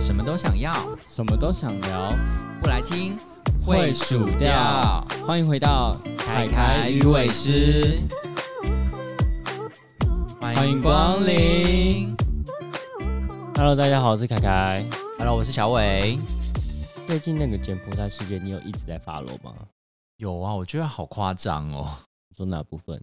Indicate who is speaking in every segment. Speaker 1: 什么都想要，
Speaker 2: 什么都想聊，
Speaker 1: 不来听
Speaker 2: 会数掉。欢迎回到
Speaker 1: 凯凯与伟师，欢迎光临。
Speaker 2: Hello，大家好，我是凯凯。
Speaker 1: Hello，我是小伟。
Speaker 2: 最近那个柬埔寨事件，你有一直在发楼吗？
Speaker 1: 有啊，我觉得好夸张哦。
Speaker 2: 你说哪部分？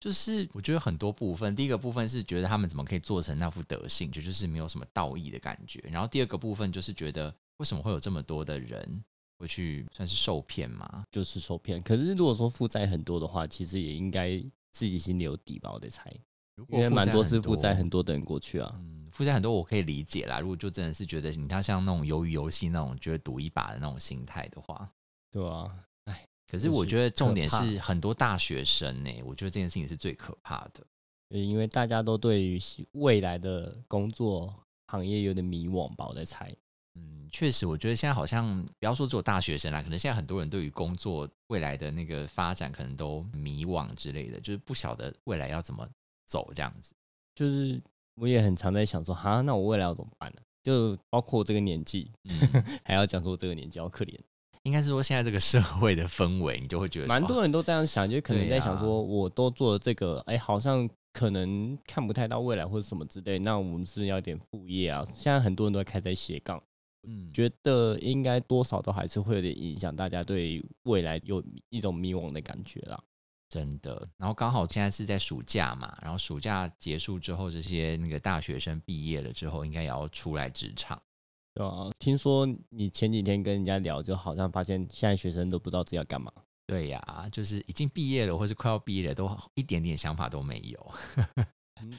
Speaker 1: 就是我觉得很多部分，第一个部分是觉得他们怎么可以做成那副德性，就就是没有什么道义的感觉。然后第二个部分就是觉得为什么会有这么多的人会去算是受骗嘛？
Speaker 2: 就是受骗。可是如果说负债很多的话，其实也应该自己心里有底吧，我得猜。
Speaker 1: 如
Speaker 2: 因
Speaker 1: 果
Speaker 2: 为
Speaker 1: 负债
Speaker 2: 蛮多是负债
Speaker 1: 很
Speaker 2: 很多的人过去啊。
Speaker 1: 嗯，负债很多我可以理解啦。如果就真的是觉得你看像那种鱿鱼游戏那种，觉得赌一把的那种心态的话，
Speaker 2: 对啊，
Speaker 1: 可是
Speaker 2: 真
Speaker 1: 我
Speaker 2: 是
Speaker 1: 觉得重
Speaker 2: 可
Speaker 1: 点
Speaker 2: 怕
Speaker 1: 是很多大学生呢、我觉得这件事情是最可怕的。
Speaker 2: 就是因为大家都对于喜未来的工作行业有点迷惘吧，我在猜。
Speaker 1: 嗯，确实，我觉得现在好像不要说只有大学生啦，可能现在很多人对于工作未来的那个发展，可能都迷惘之类的，就是不晓得未来要怎么走这样子。
Speaker 2: 就是我也很常在想说，哈，那我未来要怎么办呢、就包括我这个年纪，
Speaker 1: 嗯，
Speaker 2: 还要讲说我这个年纪好可怜，
Speaker 1: 应该是说现在这个社会的氛围，你就会觉得说
Speaker 2: 蛮多人都这样想，就可能
Speaker 1: 对
Speaker 2: 在想
Speaker 1: 啊
Speaker 2: 说，我都做了这个，哎、好像可能看不太到未来或者什么之类，那我们是不是要有点副业啊？现在很多人都在开在斜杠，
Speaker 1: 嗯，
Speaker 2: 觉得应该多少都还是会有点影响大家对未来有一种迷惘的感觉啦。
Speaker 1: 真的。然后刚好现在是在暑假嘛，然后暑假结束之后，这些那个大学生毕业了之后，应该也要出来职场。
Speaker 2: 对啊，听说你前几天跟人家聊，就好像发现现在学生都不知道自己要干嘛。
Speaker 1: 对呀、就是已经毕业了，或是快要毕业了，都一点点想法都没有。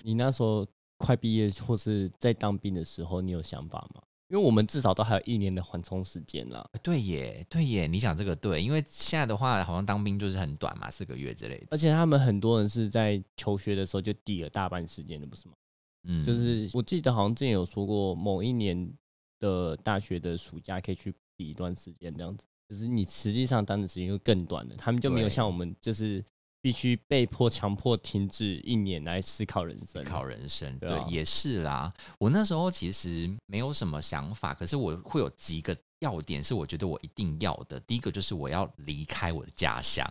Speaker 2: 你那时候快毕业或是在当兵的时候，你有想法吗？因为我们至少都还有一年的缓冲时间啦，
Speaker 1: 对耶，对耶，你讲这个对，因为现在的话，好像当兵就是很短嘛，四个月之类的。
Speaker 2: 而且他们很多人是在求学的时候就抵了大半时间的，不是吗？
Speaker 1: 嗯，
Speaker 2: 就是我记得好像之前有说过，某一年的大学的暑假可以去抵一段时间，这样子，就是你实际上当的时间就更短了。他们就没有
Speaker 1: 对
Speaker 2: 像我们就是必须被迫强迫停止一年来思考人生。
Speaker 1: 考人生，
Speaker 2: 对
Speaker 1: 对,、
Speaker 2: 啊
Speaker 1: 也是啦。我那时候其实没有什么想法，可是我会有几个要点是我觉得我一定要的。第一个就是我要离开我的家乡，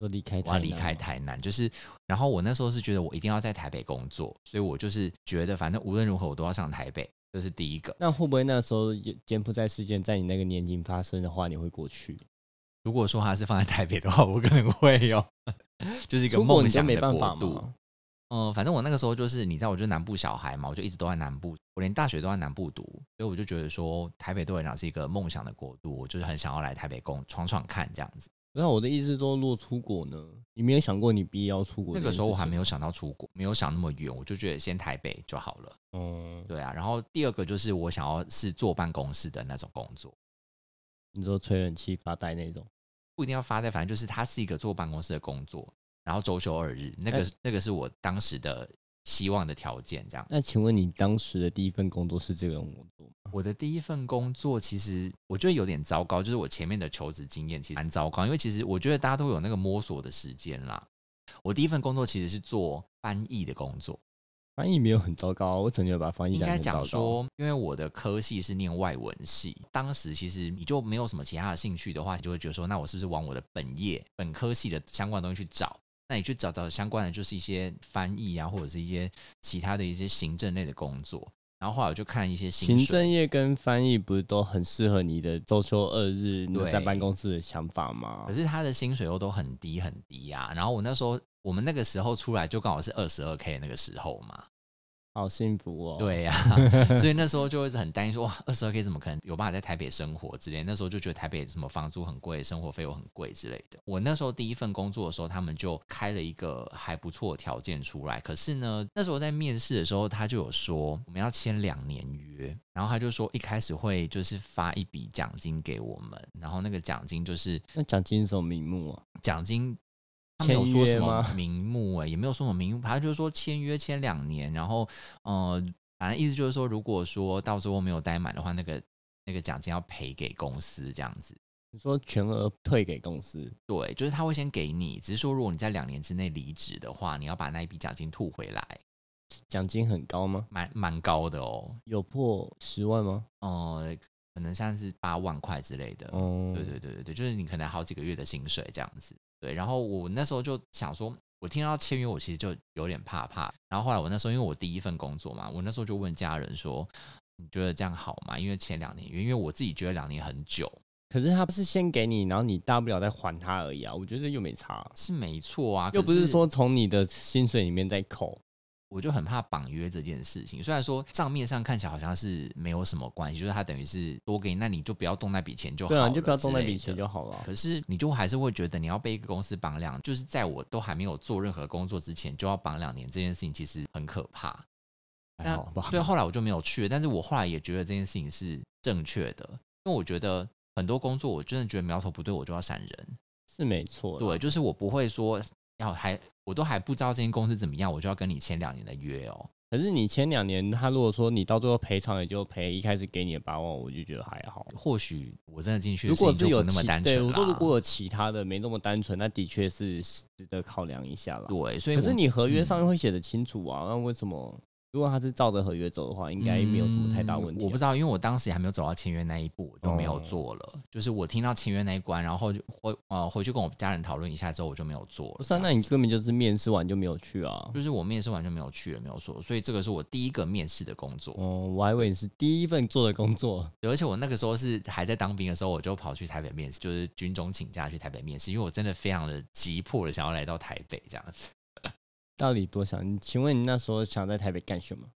Speaker 2: 说离开，
Speaker 1: 我要离开
Speaker 2: 他。
Speaker 1: 台南，就是，然后我那时候是觉得我一定要在台北工作，所以我就是觉得反正无论如何我都要上台北，这是第一个。
Speaker 2: 那会不会那时候有柬埔寨事件在你那个年龄发生的话，你会过去？
Speaker 1: 如果说他是放在台北的话，我可能会哦， 就是一个
Speaker 2: 出国
Speaker 1: 梦
Speaker 2: 你就
Speaker 1: 想
Speaker 2: 没
Speaker 1: 的
Speaker 2: 办
Speaker 1: 国
Speaker 2: 法
Speaker 1: 度。
Speaker 2: 嘛。
Speaker 1: 嗯，反正我那个时候就是，你知道，我就是南部小孩嘛，我就一直都在南部，我连大学都在南部读，所以我就觉得说，台北对我来讲是一个梦想的国度，我就是很想要来台北工闯闯看这样子。
Speaker 2: 那我的意思是说，如果出国呢？你没有想过你毕业要出国？
Speaker 1: 那个时候我还没有，想到出国，没有想那么远，我就觉得先台北就好了。
Speaker 2: 嗯，
Speaker 1: 对啊，然后第二个就是我想要是坐办公室的那种工作，
Speaker 2: 你说吹冷气发呆那种。
Speaker 1: 不一定要发在，反正就是它是一个坐办公室的工作，然后周休二日，那个、
Speaker 2: 哎
Speaker 1: 那个是我当时的希望的条件，这样。
Speaker 2: 那请问你当时的第一份工作是这种工作吗？
Speaker 1: 我的第一份工作其实我觉得有点糟糕，就是我前面的求职经验其实蛮糟糕，因为其实我觉得大家都有那个摸索的时间啦。我第一份工作其实是做翻译的工作，
Speaker 2: 翻译没有很糟糕，啊我曾经有把翻译
Speaker 1: 应
Speaker 2: 讲得
Speaker 1: 该
Speaker 2: 很糟
Speaker 1: 讲
Speaker 2: 糕。啊
Speaker 1: 说，因为我的科系是念外文系，当时其实你就没有什么其他的兴趣的话，你就会觉得说，那我是不是往我的本业、本科系的相关的东西去找？那你去找找相关的，就是一些翻译啊，或者是一些其他的一些行政类的工作。然后后来我就看一些薪
Speaker 2: 行
Speaker 1: 水，
Speaker 2: 政业跟翻译不是都很适合你的周休二日
Speaker 1: 对
Speaker 2: 在办公室的想法吗
Speaker 1: 可？是他的薪水又都很低很低啊。然后我那时候，我们那个时候出来就刚好是二十二 K 那个时候嘛，
Speaker 2: 好幸福哦。，
Speaker 1: 对呀、所以那时候就一直很担心说，哇，二十二 K 怎么可能有办法在台北生活之类？那时候就觉得台北什么房租很贵，生活费用很贵之类的。我那时候第一份工作的时候，他们就开了一个还不错的条件出来，可是呢，那时候在面试的时候，他就有说我们要签两年约，然后他就说一开始会就是发一笔奖金给我们，然后那个奖金就是
Speaker 2: 那奖金是什么名目啊？
Speaker 1: 奖金，他没有说
Speaker 2: 签约
Speaker 1: 什么
Speaker 2: 吗
Speaker 1: 名目哎、也没有说什么名目，他就是说签约签两年，然后呃，反正意思就是说，如果说到时候没有待满的话，那个那个奖金要赔给公司这样子。
Speaker 2: 你说全额退给公司，
Speaker 1: 对，就是他会先给你，只是说如果你在两年之内离职的话，你要把那一笔奖金吐回来，
Speaker 2: 奖金很高吗？
Speaker 1: 蛮蛮高的哦，
Speaker 2: 有破十万吗？
Speaker 1: 呃，可能像是八万块之类的，
Speaker 2: 哦，
Speaker 1: 对对对对对，就是你可能好几个月的薪水这样子。对，然后我那时候就想说，我听到签约，我其实就有点怕怕。然后后来我那时候因为我第一份工作嘛，我那时候就问家人说，你觉得这样好吗？因为前两年，因为我自己觉得两年很久，
Speaker 2: 可是他不是先给你，然后你大不了再还他而已啊，我觉得又没差、
Speaker 1: 是没错啊，
Speaker 2: 又
Speaker 1: 可
Speaker 2: 不是说从你的薪水里面再扣。
Speaker 1: 我就很怕绑约这件事情。虽然说账面上看起来好像是没有什么关系，就是他等于是多给你，那你就不要动那笔钱就好
Speaker 2: 对
Speaker 1: 了，
Speaker 2: 啊，你就不要动那
Speaker 1: 就。
Speaker 2: 笔钱就好了啊。
Speaker 1: 可是你就还是会觉得你要被一个公司绑两，就是在我都还没有做任何工作之前就要绑两年这件事情，其实很可怕。
Speaker 2: 还好吧
Speaker 1: 所？以后来我就没有去了，但是我后来也觉得这件事情是正确的，因为我觉得很多工作我真的觉得苗头不对，我就要闪人。
Speaker 2: 是没错啦，
Speaker 1: 对，就是我不会说要还，我都还不知道这间公司怎么样，我就要跟你签两年的约哦。
Speaker 2: 可是你前两年，他如果说你到最后赔偿，也就赔一开始给你的八万，我就觉得还好。
Speaker 1: 或许我真的进去的
Speaker 2: 如
Speaker 1: 事情
Speaker 2: 果
Speaker 1: 就是
Speaker 2: 有
Speaker 1: 不那么
Speaker 2: 其
Speaker 1: 单
Speaker 2: 对，
Speaker 1: 纯
Speaker 2: 我
Speaker 1: 啦
Speaker 2: 说如果有其他的没那么单纯，那的确是值得考量一下啦。
Speaker 1: 对，所以
Speaker 2: 可是
Speaker 1: 我嗯
Speaker 2: 你合约上面会写的清楚啊，那为什么？如果他是照着合约走的话，应该没有什么太大问题啊、
Speaker 1: 嗯我不知道，因为我当时还没有走到签约那一步，我就没有
Speaker 2: 哦
Speaker 1: 做了。就是我听到签约那一关，然后就回呃回去跟我家人讨论一下之后，我就没有做了。
Speaker 2: 不是、啊，
Speaker 1: 这样
Speaker 2: 那你根本就是面试完就没有去啊。
Speaker 1: 就是我面试完就没有去了，没有做，所以这个是我第一个面试的工作。
Speaker 2: 哦，我还以为你是第一份做的工作，
Speaker 1: 对而且我那个时候是还在当兵的时候，我就跑去台北面试，就是军中请假去台北面试，因为我真的非常的急迫的想要来到台北这样子。
Speaker 2: 到底多想？你请问你那时候想在台北干什么？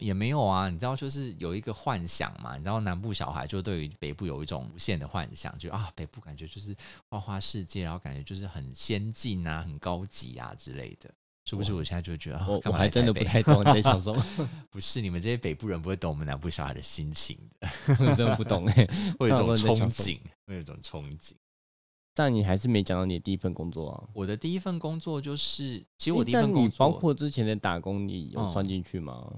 Speaker 1: 也没有啊，你知道，就是有一个幻想嘛，你知道南部小孩就对于北部有一种无限的幻想，就啊北部感觉就是花花世界，然后感觉就是很先进啊、很高级啊之类的。是不是？我现在就觉得，啊
Speaker 2: 我
Speaker 1: 干
Speaker 2: 我
Speaker 1: 嘛
Speaker 2: 还
Speaker 1: 来
Speaker 2: 真
Speaker 1: 台
Speaker 2: 的不
Speaker 1: 北
Speaker 2: 太懂你在想什 么，
Speaker 1: 不是你们这些北部人不会懂我们南部小孩的心情的，
Speaker 2: 我真的不懂哎、
Speaker 1: 会有一种
Speaker 2: 那我在
Speaker 1: 憧
Speaker 2: 想什
Speaker 1: 憬，会有一种憧憬。
Speaker 2: 但你还是没讲到你的第一份工作啊。
Speaker 1: 我的第一份工作就是，其实我
Speaker 2: 诶
Speaker 1: 第一份
Speaker 2: 但
Speaker 1: 工
Speaker 2: 你
Speaker 1: 作嗯
Speaker 2: 包括之前的打工，你有算进去吗？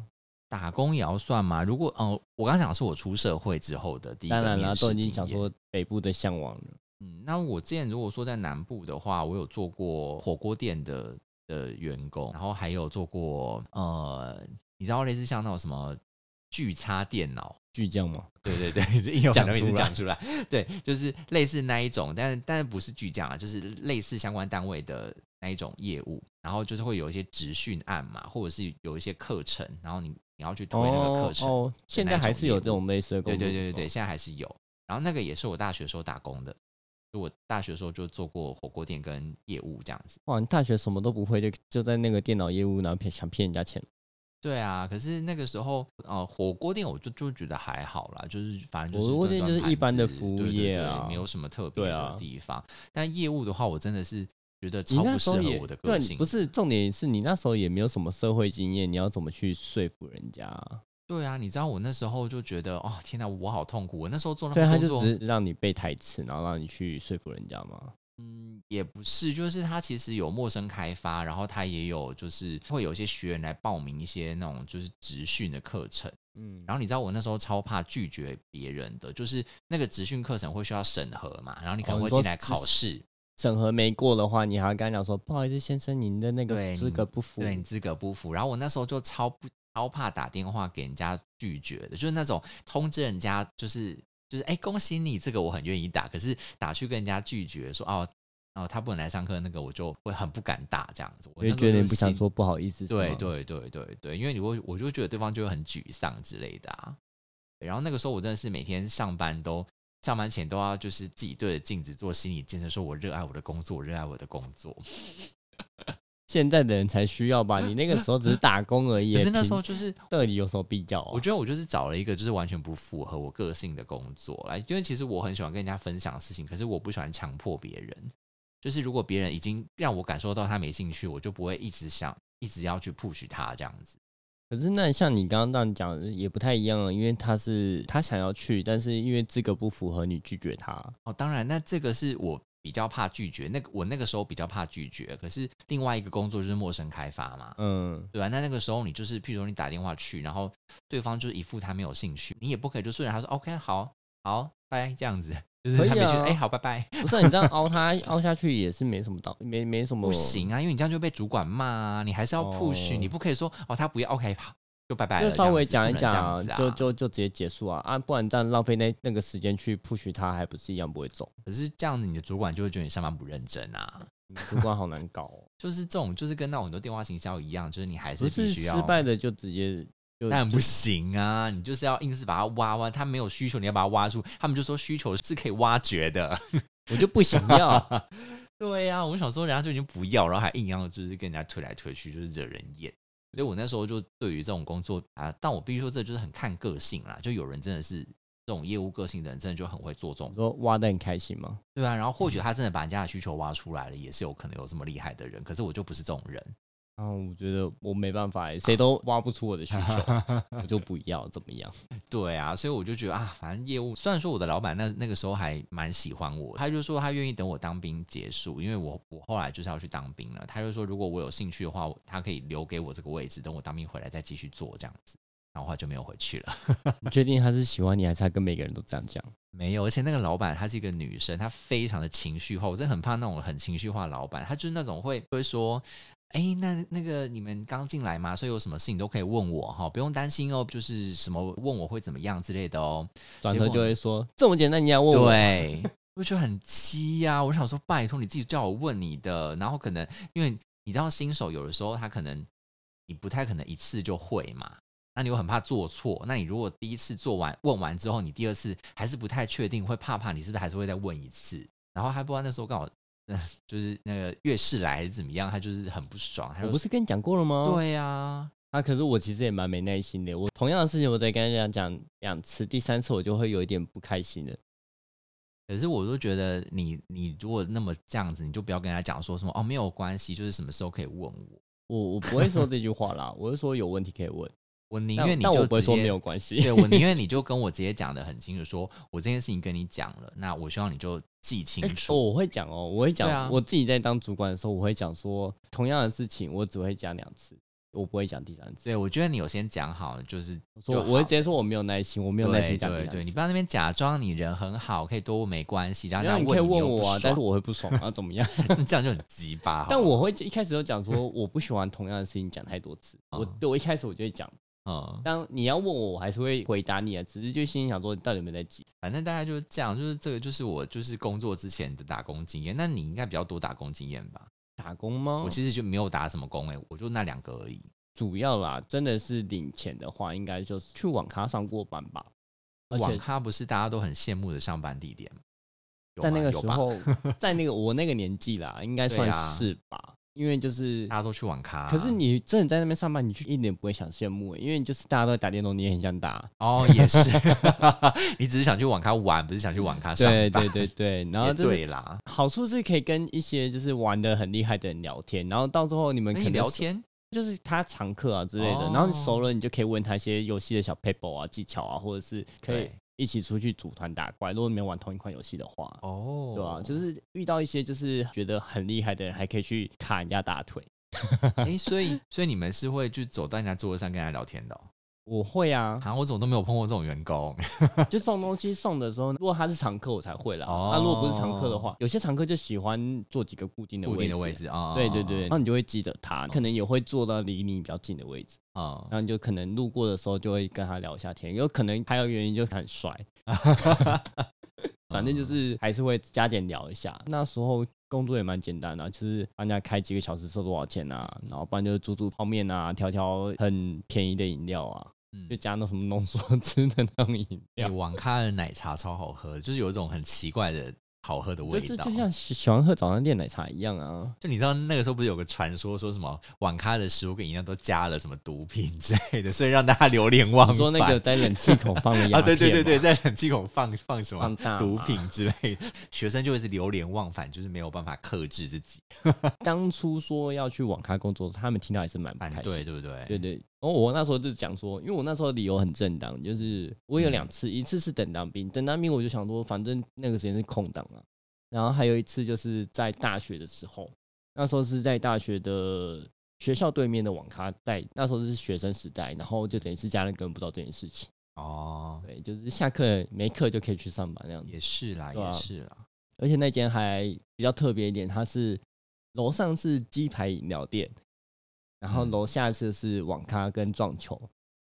Speaker 1: 打工也要算吗？如果嗯、呃我刚讲的是我出社会之后的第一
Speaker 2: 当
Speaker 1: 个
Speaker 2: 然啦，
Speaker 1: 面
Speaker 2: 都
Speaker 1: 试
Speaker 2: 已经
Speaker 1: 经
Speaker 2: 想
Speaker 1: 验。
Speaker 2: 说北部的向往了。
Speaker 1: 嗯，那我之前如果说在南部的话，我有做过火锅店的的员工，然后还有做过呃，你知道类似像那种什么巨差电脑，
Speaker 2: 巨匠吗？
Speaker 1: 对对对，就英文
Speaker 2: 讲
Speaker 1: 很容易
Speaker 2: 出来
Speaker 1: 讲出来，对，就是类似那一种，但但是不是巨匠啊，就是类似相关单位的那一种业务，然后就是会有一些职训案嘛，或者是有一些课程，然后你你要去推那个课程，
Speaker 2: 哦，现在还是有这种类似的工
Speaker 1: 对
Speaker 2: 作。嗯哦
Speaker 1: 对对对对，现在还是有。然后那个也是我大学的时候打工的，就我大学的时候就做过火锅店跟业务这样子。
Speaker 2: 哇，你大学什么都不会，就就在那个电脑业务，然后骗想骗人家钱。
Speaker 1: 对啊，可是那个时候，呃，火锅店我就就觉得还好啦，就是反正就是
Speaker 2: 火锅店
Speaker 1: 端端
Speaker 2: 就是一般
Speaker 1: 盘
Speaker 2: 的
Speaker 1: 子
Speaker 2: 服务
Speaker 1: 对对
Speaker 2: 业
Speaker 1: 对
Speaker 2: 啊
Speaker 1: 没有什么特别
Speaker 2: 对
Speaker 1: 的
Speaker 2: 啊
Speaker 1: 地方。但业务的话，我真的是觉得
Speaker 2: 你
Speaker 1: 超
Speaker 2: 那
Speaker 1: 不
Speaker 2: 时
Speaker 1: 适
Speaker 2: 候
Speaker 1: 合
Speaker 2: 也
Speaker 1: 我的个
Speaker 2: 对，
Speaker 1: 性。
Speaker 2: 不是重点是你那时候也没有什么社会经验，你要怎么去说服人家啊？
Speaker 1: 对啊，你知道我那时候就觉得，哦，天哪，我好痛苦。我那时候做那
Speaker 2: 所以
Speaker 1: 份
Speaker 2: 他
Speaker 1: 工
Speaker 2: 就
Speaker 1: 作，
Speaker 2: 只是让你背台词，然后让你去说服人家嘛。
Speaker 1: 嗯，也不是，就是他其实有陌生开发，然后他也有就是会有一些学员来报名一些那种就是职训的课程。
Speaker 2: 嗯，
Speaker 1: 然后你知道我那时候超怕拒绝别人的，就是那个职训课程会需要审核嘛，然后你可能
Speaker 2: 哦你
Speaker 1: 会
Speaker 2: 说
Speaker 1: 进来
Speaker 2: 是
Speaker 1: 考试，
Speaker 2: 审核没过的话，你还要跟他讲说不好意思，先生，您的那
Speaker 1: 对
Speaker 2: 个资
Speaker 1: 你
Speaker 2: 格不符。
Speaker 1: 对你资格不符。然后我那时候就超不超怕打电话给人家拒绝的，就是那种通知人家就是就是哎、恭喜你，这个我很愿意打，可是打去跟人家拒绝说哦。哦，他不能来上课，那个我就会很不敢打这样子。我
Speaker 2: 因为
Speaker 1: 那时候
Speaker 2: 觉得
Speaker 1: 就
Speaker 2: 你不想
Speaker 1: 心
Speaker 2: 说不好意思，是
Speaker 1: 对
Speaker 2: 吗，
Speaker 1: 对对对对，因为你会，我就觉得对方就会很沮丧之类的啊。对然后那个时候我真的是每天上班都上班前都要就是自己对着镜子做心理建设，说我热爱我的工作，我热爱我的工作。
Speaker 2: 现在的人才需要吧？你那个时候只 是打工而已，
Speaker 1: 可是那时候就
Speaker 2: 凭
Speaker 1: 是，
Speaker 2: 到底有什么必要啊？
Speaker 1: 我觉得我就是找了一个就是完全不符合我个性的工作来，因为其实我很喜欢跟人家分享事情，可是我不喜欢强迫别人。就是如果别人已经让我感受到他没兴趣，我就不会一直想一直要去 push 他这样子。
Speaker 2: 可是那像你刚刚这样讲的也不太一样啊，因为他是他想要去，但是因为资格不符合，你拒绝他。
Speaker 1: 哦，当然，那这个是我比较怕拒绝，那个我那个时候比较怕拒绝。可是另外一个工作就是陌生开发嘛，
Speaker 2: 嗯，
Speaker 1: 对吧、啊那那个时候你就是，譬如说你打电话去，然后对方就是一副他没有兴趣，你也不可以就顺着他说 OK 好，好，拜，这样子，就是
Speaker 2: 可以
Speaker 1: 他必须
Speaker 2: 啊
Speaker 1: 哎、好，拜拜，
Speaker 2: 不是你这样凹他凹下去也是没什么道，没没什么
Speaker 1: 不行啊，因为你这样就被主管骂啊，你还是要 push，、
Speaker 2: 哦
Speaker 1: 你不可以说哦，他不要 OK，好，就拜拜
Speaker 2: 就
Speaker 1: 了，
Speaker 2: 稍微
Speaker 1: 啊这样
Speaker 2: 讲
Speaker 1: 子不能
Speaker 2: 一讲
Speaker 1: 这
Speaker 2: 啊、
Speaker 1: 样子啊，
Speaker 2: 就就就直接结束啊啊！不然这样浪费那那个时间去 push 他，还不是一样不会走？
Speaker 1: 可是这样子，你的主管就会觉得你上班不认真啊。
Speaker 2: 嗯主管好难搞、哦，
Speaker 1: 就是这种，就是跟那种很多电话行销一样，就是你还
Speaker 2: 不
Speaker 1: 必
Speaker 2: 是
Speaker 1: 须
Speaker 2: 失
Speaker 1: 要，
Speaker 2: 败的就直接就
Speaker 1: 但不行啊，你就是要硬是把它挖挖，他没有需求，你要把它挖出。他们就说需求是可以挖掘的，
Speaker 2: 我就不想要。
Speaker 1: 对啊呀、我们想说人家就已经不要，然后还硬要就是跟人家推来推去，就是惹人厌。所以我那时候就对于这种工作啊，但我必须说，这就是很看个性啦。就有人真的是这种业务个性的人，真的就很会做这种
Speaker 2: 你说挖的很开心吗？
Speaker 1: 对啊，然后或许他真的把人家的需求挖出来了，也是有可能有这么厉害的人。可是我就不是这种人，
Speaker 2: 啊，我觉得我没办法欸、谁都挖不出我的需求， 我就不要怎么样。
Speaker 1: 对啊，所以我就觉得啊，反正业务虽然说我的老板那那个时候还蛮喜欢我，他就说他愿意等我当兵结束，因为我我后来就是要去当兵了，他就说如果我有兴趣的话，他可以留给我这个位置，等我当兵回来再继续做这样子。然后后来就没有回去了，
Speaker 2: 你确定他是喜欢你，还是他跟每个人都这样讲？
Speaker 1: 没有。而且那个老板她是一个女生，她非常的情绪化，我真的很怕那种很情绪化的老板，她就是那种会会说。哎，那那个你们刚进来嘛，所以有什么事情都可以问我哈，不用担心哦，就是什么问我会怎么样之类的哦。
Speaker 2: 转
Speaker 1: 结
Speaker 2: 头
Speaker 1: 果
Speaker 2: 就会说这么简单，你要问我？
Speaker 1: 对， 我就觉得很气呀、我想说，拜托你自己叫我问你的，然后可能因为你知道新手有的时候他可能你不太可能一次就会嘛，那你又很怕做错，那你如果第一次做完问完之后，你第二次还是不太确定，会怕怕你是不是还是会再问一次，然后还不知道那时候刚好。嗯，就是那个月事来还是怎么样，他就是很不爽，他
Speaker 2: 我
Speaker 1: 就
Speaker 2: 不是跟你讲过了吗？
Speaker 1: 对呀、啊，
Speaker 2: 啊，可是我其实也蛮没耐心的。我同样的事情，我再跟人家讲两次，第三次我就会有一点不开心了。
Speaker 1: 可是我都觉得你你如果那么这样子，你就不要跟他讲说什么哦没有关系，就是什么时候可以问我。
Speaker 2: 我我不会说这句话啦，我会说有问题可以问，
Speaker 1: 我 宁
Speaker 2: 但
Speaker 1: 愿你
Speaker 2: 但
Speaker 1: 就
Speaker 2: 我不会
Speaker 1: 直
Speaker 2: 说
Speaker 1: 接
Speaker 2: 没有关系。
Speaker 1: 对我宁愿你就跟我直接讲的很清楚说，我这件事情跟你讲了，那我希望你就记清
Speaker 2: 哦，
Speaker 1: 楚。
Speaker 2: 我会讲哦，我会讲、
Speaker 1: 对啊
Speaker 2: 我自己在当主管的时候，我会讲说同样的事情，我只会讲两次，我不会讲第三次。
Speaker 1: 对，我觉得你有先讲好，就是
Speaker 2: 我
Speaker 1: 就
Speaker 2: 说
Speaker 1: 好
Speaker 2: 我会直接说我没有耐心，我没有耐心
Speaker 1: 对
Speaker 2: 讲第
Speaker 1: 对
Speaker 2: 三
Speaker 1: 对，你
Speaker 2: 次。
Speaker 1: 不要那边假装你人很好，可以多问没关系，然后
Speaker 2: 然后
Speaker 1: 人
Speaker 2: 你
Speaker 1: 家
Speaker 2: 可以
Speaker 1: 你
Speaker 2: 问
Speaker 1: 又不
Speaker 2: 我啊，
Speaker 1: 爽
Speaker 2: 但是我会不爽啊，怎么 样？
Speaker 1: 这样就很鸡巴。好
Speaker 2: 但
Speaker 1: 不
Speaker 2: 我会一开始就讲说，我不喜欢同样的事情讲太多次。我
Speaker 1: 嗯
Speaker 2: 对我一开始我就会讲，
Speaker 1: 好嗯，
Speaker 2: 当你要问我，我还是会回答你啊，只是就心里想说，你到底有没有在急？
Speaker 1: 反正大概就是这样，就是这个就是我就是工作之前的打工经验。那你应该比较多打工经验吧？
Speaker 2: 打工吗？
Speaker 1: 我其实就没有打什么工诶、欸我就那两个而已。
Speaker 2: 主要啦，真的是领钱的话，应该就是去网咖上过班吧。而
Speaker 1: 网
Speaker 2: 且
Speaker 1: 咖不是大家都很羡慕的上班地点吗？有
Speaker 2: 在
Speaker 1: 吗
Speaker 2: 那个
Speaker 1: 有
Speaker 2: 时
Speaker 1: 吧
Speaker 2: 候， 在那个我那个年纪啦，应该算
Speaker 1: 对啊
Speaker 2: 是吧，因为就是
Speaker 1: 大。家都去网咖啊、
Speaker 2: 可是你真的在那边上班，你就一点不会想羡慕欸，因为就是大家都在打电动，你也很想打。
Speaker 1: 哦，也是， 你只是想去网咖玩，不是想去网咖上
Speaker 2: 对
Speaker 1: 班。
Speaker 2: 对对 对，然后
Speaker 1: 也
Speaker 2: 就是
Speaker 1: 对啦，
Speaker 2: 好处是可以跟一些就是玩的很厉害的人聊天，然后到最后你们
Speaker 1: 可
Speaker 2: 可
Speaker 1: 以
Speaker 2: 能
Speaker 1: 哎聊
Speaker 2: 是
Speaker 1: 天，
Speaker 2: 就是他常客啊之类的，
Speaker 1: 哦
Speaker 2: 然后你熟了，你就可以问他一些游戏的小 paper 啊、技巧啊，或者是可以
Speaker 1: 对
Speaker 2: 一起出去组团打怪。如果你们玩同一款游戏的话，
Speaker 1: 哦，
Speaker 2: 对啊，就是遇到一些就是觉得很厉害的人，还可以去卡人家大腿。
Speaker 1: 哎、所以所以你们是会就走到人家桌子上跟人家聊天的、哦，
Speaker 2: 我 会啊，
Speaker 1: 好像我怎么都没有碰过这种员 工，
Speaker 2: 就送东西送的时候，如果他是常客，我才会啦。那、啊
Speaker 1: 哦
Speaker 2: 如果不是常客的话，有些常客就喜欢坐几个固定的
Speaker 1: 固定的
Speaker 2: 位
Speaker 1: 位
Speaker 2: 置。
Speaker 1: 置哦啊，
Speaker 2: 对对对，然后你就会记得他，可能也会坐到离你比较近的位置。
Speaker 1: 啊
Speaker 2: 然，后你就可能路过的时候就会跟他聊一下天，有可能还有原因就是他很帅， 反正
Speaker 1: 哦
Speaker 2: 就是还是会加减聊一下。那时候工作也蛮简单的、啊就是帮人家开几个小时收多少钱啊，然后不然就是煮煮泡面啊，调调很便宜的饮料啊，
Speaker 1: 嗯
Speaker 2: 就加那什么浓缩汁的那种 饮
Speaker 1: 诶
Speaker 2: 料，
Speaker 1: 网咖的奶茶超好喝，就是有一种很奇怪的好喝的味
Speaker 2: 就
Speaker 1: 道，
Speaker 2: 就就像喜喜欢喝早餐店奶茶一样啊。
Speaker 1: 就你知道那个时候不是有个传说说什么网咖的食物跟饮料都加了什么毒品之类的，所以让大家流连忘
Speaker 2: 你
Speaker 1: 返。
Speaker 2: 说那个在冷气孔放的鸦片、
Speaker 1: 啊，对对对对，，在冷气孔 放放什
Speaker 2: 放
Speaker 1: 么
Speaker 2: 大
Speaker 1: 毒
Speaker 2: 麻
Speaker 1: 品之类的，学生就会是流连忘返，就是没有办法克制自己。
Speaker 2: 当初说要去网咖工作，他们听到也是蛮不
Speaker 1: 反
Speaker 2: 开心的。
Speaker 1: 对对不对？
Speaker 2: 对对，然后我那时候就讲说，因为我那时候理由很正当，就是我有两次，一次是等当兵，等当兵我就想说，反正那个时间是空档啊。然后还有一次就是在大学的时候，那时候是在大学的学校对面的网咖在，那时候是学生时代，然后就等于是家人根本不知道这件事情，
Speaker 1: 哦，
Speaker 2: 对，就是下课没课就可以去上班那样子。
Speaker 1: 也是啦，
Speaker 2: 对啊
Speaker 1: 也是啦，
Speaker 2: 而且那间还比较特别一点，它是楼上是鸡排饮料店，然后
Speaker 1: 嗯
Speaker 2: 楼下就是网咖跟撞球，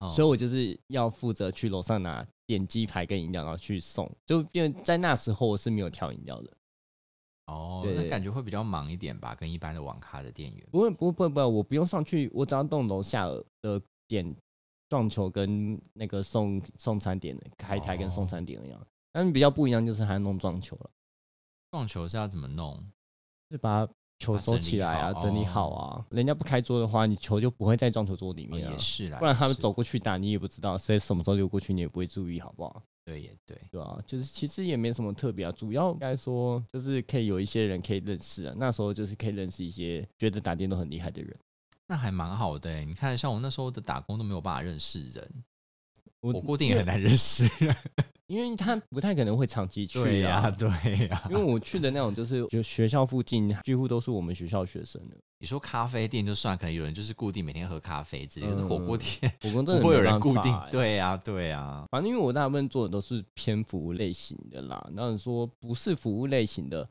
Speaker 1: 哦
Speaker 2: 所以我就是要负责去楼上拿点鸡排跟饮料，然后去送。就因为在那时候我是没有调饮料的，
Speaker 1: 哦，
Speaker 2: 对
Speaker 1: 那感觉会比较忙一点吧，跟一般的网咖的店员。
Speaker 2: 不会不会不会不会，我不用上去，我只要动楼下的点撞球跟那个送送餐点的开台跟
Speaker 1: 哦
Speaker 2: 送餐点一样。但是比较不一样就是还要弄撞球了，
Speaker 1: 撞球是要怎么弄？哦
Speaker 2: 就把。球
Speaker 1: 把它整
Speaker 2: 收
Speaker 1: 理
Speaker 2: 起来啊，
Speaker 1: 好
Speaker 2: 整理好啊。人家不开桌的话，你球就不会在撞球桌里
Speaker 1: 哦
Speaker 2: 面啊
Speaker 1: 也。是啦，
Speaker 2: 不然
Speaker 1: 也
Speaker 2: 他们
Speaker 1: 是
Speaker 2: 走过去打，你也不知道谁什么时候溜过去，你也不会注意，好不好？
Speaker 1: 对也对，
Speaker 2: 对啊，就是其实也没什么特别啊，主要应该说就是可以有一些人可以认识啊，那时候就是可以认识一些觉得打电动很厉害的人。
Speaker 1: 那还蛮好的欸。你看，像我那时候的打工都没有办法认识人，
Speaker 2: 我
Speaker 1: 我固定也很难认 识。
Speaker 2: 啊因为，因为他不太可能会长期去
Speaker 1: 对呀、
Speaker 2: 啊。
Speaker 1: 对呀、
Speaker 2: 因为我去的那种就是就学校附近几乎都是我们学校学生的，
Speaker 1: 你说咖啡店就算，可能有人就是固定每天喝咖啡之类
Speaker 2: 嗯
Speaker 1: 的，可是火锅店
Speaker 2: 我们真的
Speaker 1: 不会有
Speaker 2: 没
Speaker 1: 人
Speaker 2: 办
Speaker 1: 固
Speaker 2: 法
Speaker 1: 定
Speaker 2: 欸。
Speaker 1: 对呀、对呀、啊，
Speaker 2: 反正因为我大部分做的都是偏服务类型的啦，那你说不是服务类型的，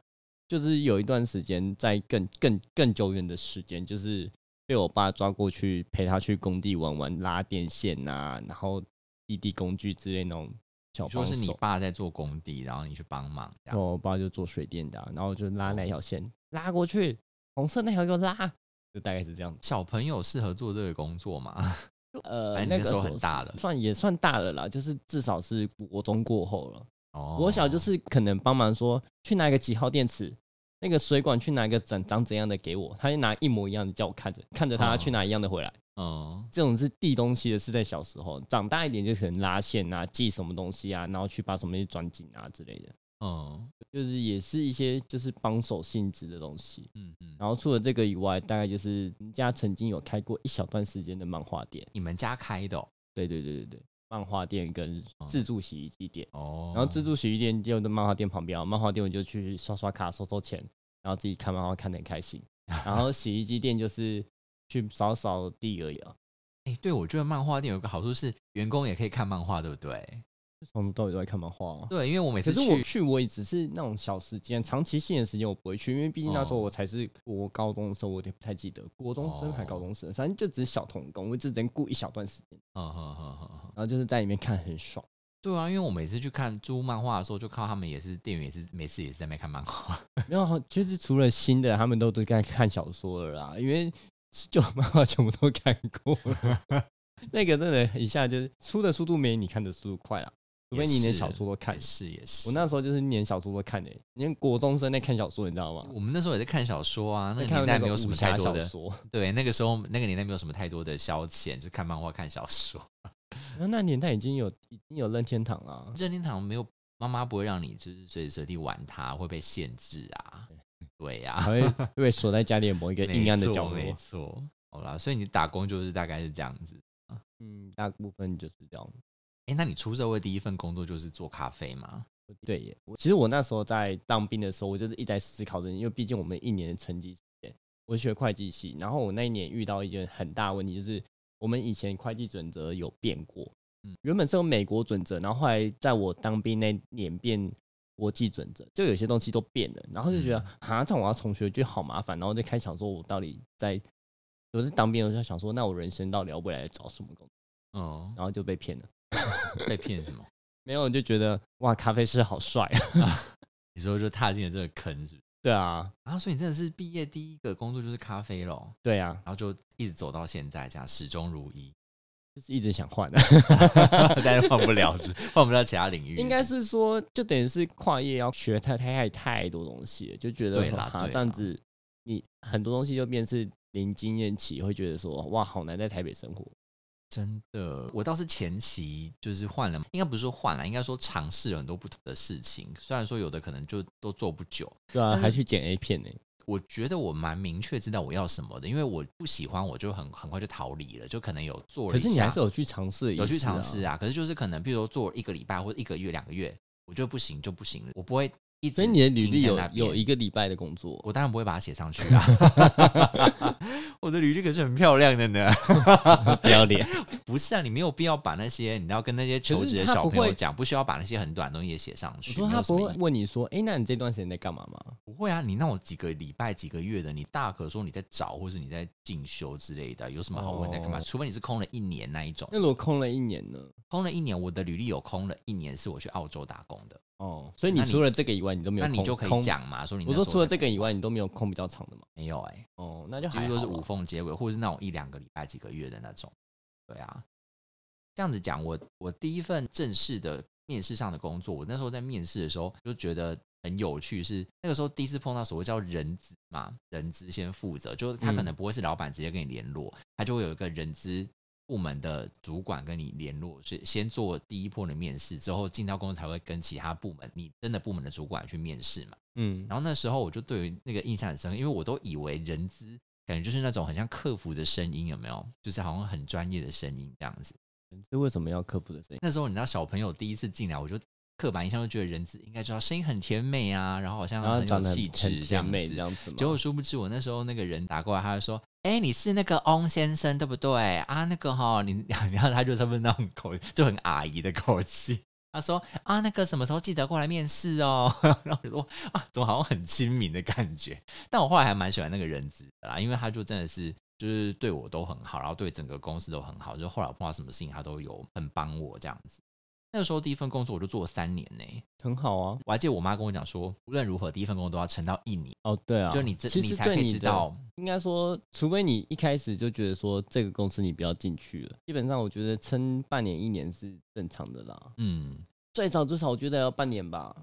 Speaker 2: 就是有一段时间在更更更久远的时间，就是被我爸抓过去陪他去工地玩玩拉电线呐、然后滴滴工具之类那种小
Speaker 1: 你说
Speaker 2: 帮
Speaker 1: 是你
Speaker 2: 手。
Speaker 1: 爸在做工地，然后你去帮忙这
Speaker 2: 然
Speaker 1: 样。哦
Speaker 2: 后我爸就做水电的啊、然后就拉那条线拉过去，红色那条就拉，就大概是这样。
Speaker 1: 小朋友适合做这个工作吗？
Speaker 2: 呃，
Speaker 1: 反正
Speaker 2: 那
Speaker 1: 你那
Speaker 2: 个
Speaker 1: 时候
Speaker 2: 时
Speaker 1: 很
Speaker 2: 是
Speaker 1: 大了
Speaker 2: 算也算大了啦，就是至少是国中过后了。
Speaker 1: 哦，
Speaker 2: 我小就是可能帮忙说去拿一个几号电池，那个水管去拿一个长长怎样的给我，他就拿一模一样的叫我看着，看着他
Speaker 1: 哦
Speaker 2: 去拿一样的回来。
Speaker 1: 嗯，
Speaker 2: 这种是递东西的，是在小时候，长大一点就可能拉线啊，系什么东西啊，然后去把什么东西转紧啊之类的，
Speaker 1: 嗯
Speaker 2: 就是也是一些就是帮手性质的东西。
Speaker 1: 嗯嗯，
Speaker 2: 然后除了这个以外，大概就是人家曾经有开过一小段时间的漫画店，
Speaker 1: 你们家开的哦，
Speaker 2: 对对对对对，漫画店跟
Speaker 1: 哦
Speaker 2: 自助洗衣机店。
Speaker 1: 哦
Speaker 2: 然后自助洗衣店就在漫画店旁边啊，漫画店我就去刷刷卡、收收钱，然后自己看漫画看得很 开心。然后洗衣机店就是去扫扫地而已啊，
Speaker 1: 哎、对，我觉得漫画店有个好处是，员工也可以看漫画，对不对？
Speaker 2: 从头到尾都在看漫画、啊。
Speaker 1: 对，因为我每
Speaker 2: 可
Speaker 1: 次
Speaker 2: 是我
Speaker 1: 去，
Speaker 2: 去，我也只是那种小时间、长期性的时间，我不会去，因为毕竟那时候
Speaker 1: 哦
Speaker 2: 我才是国高中的时候，我有点不太记得，国中生还
Speaker 1: 哦
Speaker 2: 高中生，反正就只是小童工，我只能顾一小段时间，
Speaker 1: 嗯哼哼哼哼，
Speaker 2: 然后就是在里面看很爽。
Speaker 1: 对啊，因为我每次去看租漫画的时候，就看到他们也是店员，也是每次也是在那边看漫 画。
Speaker 2: 没有，就是除了新的，他们都都在看小说了啦，因为旧漫画全部都看过了。 那个真的，一下就是出的速度没你看的速度快啦，除非你连小说都看
Speaker 1: 也。是也是。
Speaker 2: 我那时候就是连小说都看的、连国中生在看小说，你知道吗？
Speaker 1: 我们那时候也在看小说啊，那
Speaker 2: 在
Speaker 1: 个
Speaker 2: 看
Speaker 1: 年
Speaker 2: 那
Speaker 1: 代
Speaker 2: 个
Speaker 1: 没
Speaker 2: 武
Speaker 1: 有什么太
Speaker 2: 侠
Speaker 1: 多
Speaker 2: 小
Speaker 1: 的，
Speaker 2: 说，
Speaker 1: 对，那个时候那个年代没有什么太多的消遣，就是看漫画、看小说。
Speaker 2: 然后那年代已经有已经有任天堂 啊了，
Speaker 1: 任天堂没有妈妈不会让你就是随时随地玩它，会被限制啊。对呀、
Speaker 2: 还会被锁在家里的 某一个阴暗的角
Speaker 1: 没
Speaker 2: 落。
Speaker 1: 错。没错好啦，所以你打工就是大概是这样子。
Speaker 2: 嗯，大部分就是这样。
Speaker 1: 哎、那你出社会第一份工作就是做咖啡吗？
Speaker 2: 对耶，我其实我那时候在当兵的时候，我就是一直在思考的，因为毕竟我们一年的成绩时间，我学会计系，然后我那一年遇到一件很大的问题，就是我们以前会计准则有变过，
Speaker 1: 嗯
Speaker 2: 原本是有美国准则，然后后来在我当兵那年变国际准则，就有些东西都变了，然后就觉得
Speaker 1: 嗯
Speaker 2: 啊，这样我要重学就好麻烦，然后就开始想说，我到底在我在当兵的时候想说，那我人生到底要未来找什么工作，
Speaker 1: 嗯，
Speaker 2: 然后就被骗了，
Speaker 1: 被骗什么？
Speaker 2: 没有我就觉得哇，咖啡师好帅啊，
Speaker 1: 你说就踏进了这个坑是不是？
Speaker 2: 对啊，
Speaker 1: 然后所以你真的是毕业第一个工作就是咖啡咯，
Speaker 2: 对啊。
Speaker 1: 然后就一直走到现在，这样始终如一，
Speaker 2: 就是一直想换的，
Speaker 1: 但是换不了是不是换不到其他领域，
Speaker 2: 应该是说，就等于是跨业要学太太太太多东西了，就觉得
Speaker 1: 对啦
Speaker 2: 哈
Speaker 1: 对啦
Speaker 2: 这样子，你很多东西就变是零经验起，会觉得说哇，好难在台北生活。
Speaker 1: 真的，我倒是前期就是换了，应该不是说换了，应该说尝试了很多不同的事情。虽然说有的可能就都做不久，
Speaker 2: 对啊，
Speaker 1: 但是
Speaker 2: 还去剪 A 片呢、
Speaker 1: 我觉得我蛮明确知道我要什么的，因为我不喜欢我就很很快就逃离了，就可能有做了
Speaker 2: 可
Speaker 1: 一下，
Speaker 2: 是你还是有去尝试、
Speaker 1: 有去尝试。啊。可是就是可能，比如说做一个礼拜或者一个月、两个月，我觉得不行就不行了，我不会一直。
Speaker 2: 所以你的履历有有一
Speaker 1: 一，
Speaker 2: 个礼拜的工作，
Speaker 1: 我当然不会把它写上去 啊。我的履历可是很漂亮的呢，
Speaker 2: 不要脸。
Speaker 1: 不是啊，你没有必要把那些你要跟那些求职的
Speaker 2: 可是他
Speaker 1: 小
Speaker 2: 不
Speaker 1: 朋
Speaker 2: 会
Speaker 1: 友讲，不需要把那些很短的东西也写上
Speaker 2: 我
Speaker 1: 去。
Speaker 2: 说
Speaker 1: 没
Speaker 2: 他
Speaker 1: 有什
Speaker 2: 不
Speaker 1: 么
Speaker 2: 会
Speaker 1: 意义
Speaker 2: 问你说，哎、那你这段时间在干嘛吗？
Speaker 1: 不会啊，你那我几个礼拜、几个月的，你大可说你在找，或是你在进修之类的，有什么好问在干嘛？
Speaker 2: 哦
Speaker 1: 除非你是空了一年那一种
Speaker 2: 那，如果空了一年呢？
Speaker 1: 空了一年，我的履历有空了一年是我去澳洲打工的，
Speaker 2: 哦，所以你
Speaker 1: 那你
Speaker 2: 除了这个以外，你都没有
Speaker 1: 那
Speaker 2: 空，
Speaker 1: 你就可以
Speaker 2: 空。
Speaker 1: 讲嘛，说你
Speaker 2: 我
Speaker 1: 那
Speaker 2: 说
Speaker 1: 时候
Speaker 2: 除了
Speaker 1: 在
Speaker 2: 这个以外，你都没有空比较长的嘛？
Speaker 1: 没有哎、
Speaker 2: 哦，那就
Speaker 1: 几乎
Speaker 2: 还
Speaker 1: 都
Speaker 2: 好
Speaker 1: 是
Speaker 2: 啦
Speaker 1: 无缝接轨，或者是那种一两个礼拜、几个月的那种。对啊，这样子讲，我我第一份正式的面试上的工作，我那时候在面试的时候就觉得很有趣是，那个时候第一次碰到所谓叫人资嘛，人资先负责，就是他
Speaker 2: 嗯
Speaker 1: 可能不会是老板直接跟你联络，他就会有一个人资。部门的主管跟你联络，是先做第一波的面试，之后进到公司才会跟其他部门，你真的部门的主管去面试嘛？
Speaker 2: 嗯，
Speaker 1: 然后那时候我就对于那个印象很深刻，因为我都以为人资感觉就是那种很像客服的声音，有没有？就是好像很专业的声音这样子。
Speaker 2: 这为什么要克服的声音？
Speaker 1: 那时候你知道小朋友第一次进来，我就刻板印象就觉得人资应该知道声音很甜美啊，然后好像
Speaker 2: 然后
Speaker 1: 很有
Speaker 2: 长得
Speaker 1: 气
Speaker 2: 很很
Speaker 1: 质这样
Speaker 2: 甜美
Speaker 1: 子
Speaker 2: 这。样子吗？
Speaker 1: 结果殊不知，我那时候那个人打过来，他就说：“哎、你是那个翁先生对不对啊？那个哈，你 然后他就差不多那种口，就很阿姨的口气。”他说啊，那个什么时候记得过来面试哦？ 然后我就说啊，怎么好像很亲民的感觉？但我后来还蛮喜欢那个人资的啦，因为他就真的是就是对我都很好，然后对整个公司都很好，就是后来我碰到什么事情他都有很帮我这样子。那个时候第一份工作我就做了三年呢、
Speaker 2: 很好啊。
Speaker 1: 我还记得我妈跟我讲说，无论如何第一份工作都要撑到一年。
Speaker 2: 哦，对啊，
Speaker 1: 就你这
Speaker 2: 其
Speaker 1: 你
Speaker 2: 实
Speaker 1: 才
Speaker 2: 对
Speaker 1: 可以
Speaker 2: 你
Speaker 1: 知
Speaker 2: 的
Speaker 1: 道，
Speaker 2: 应该说，除非你一开始就觉得说这个公司你不要进去了，基本上我觉得撑半年一年是正常的啦。
Speaker 1: 嗯，
Speaker 2: 最少最少我觉得要半年吧。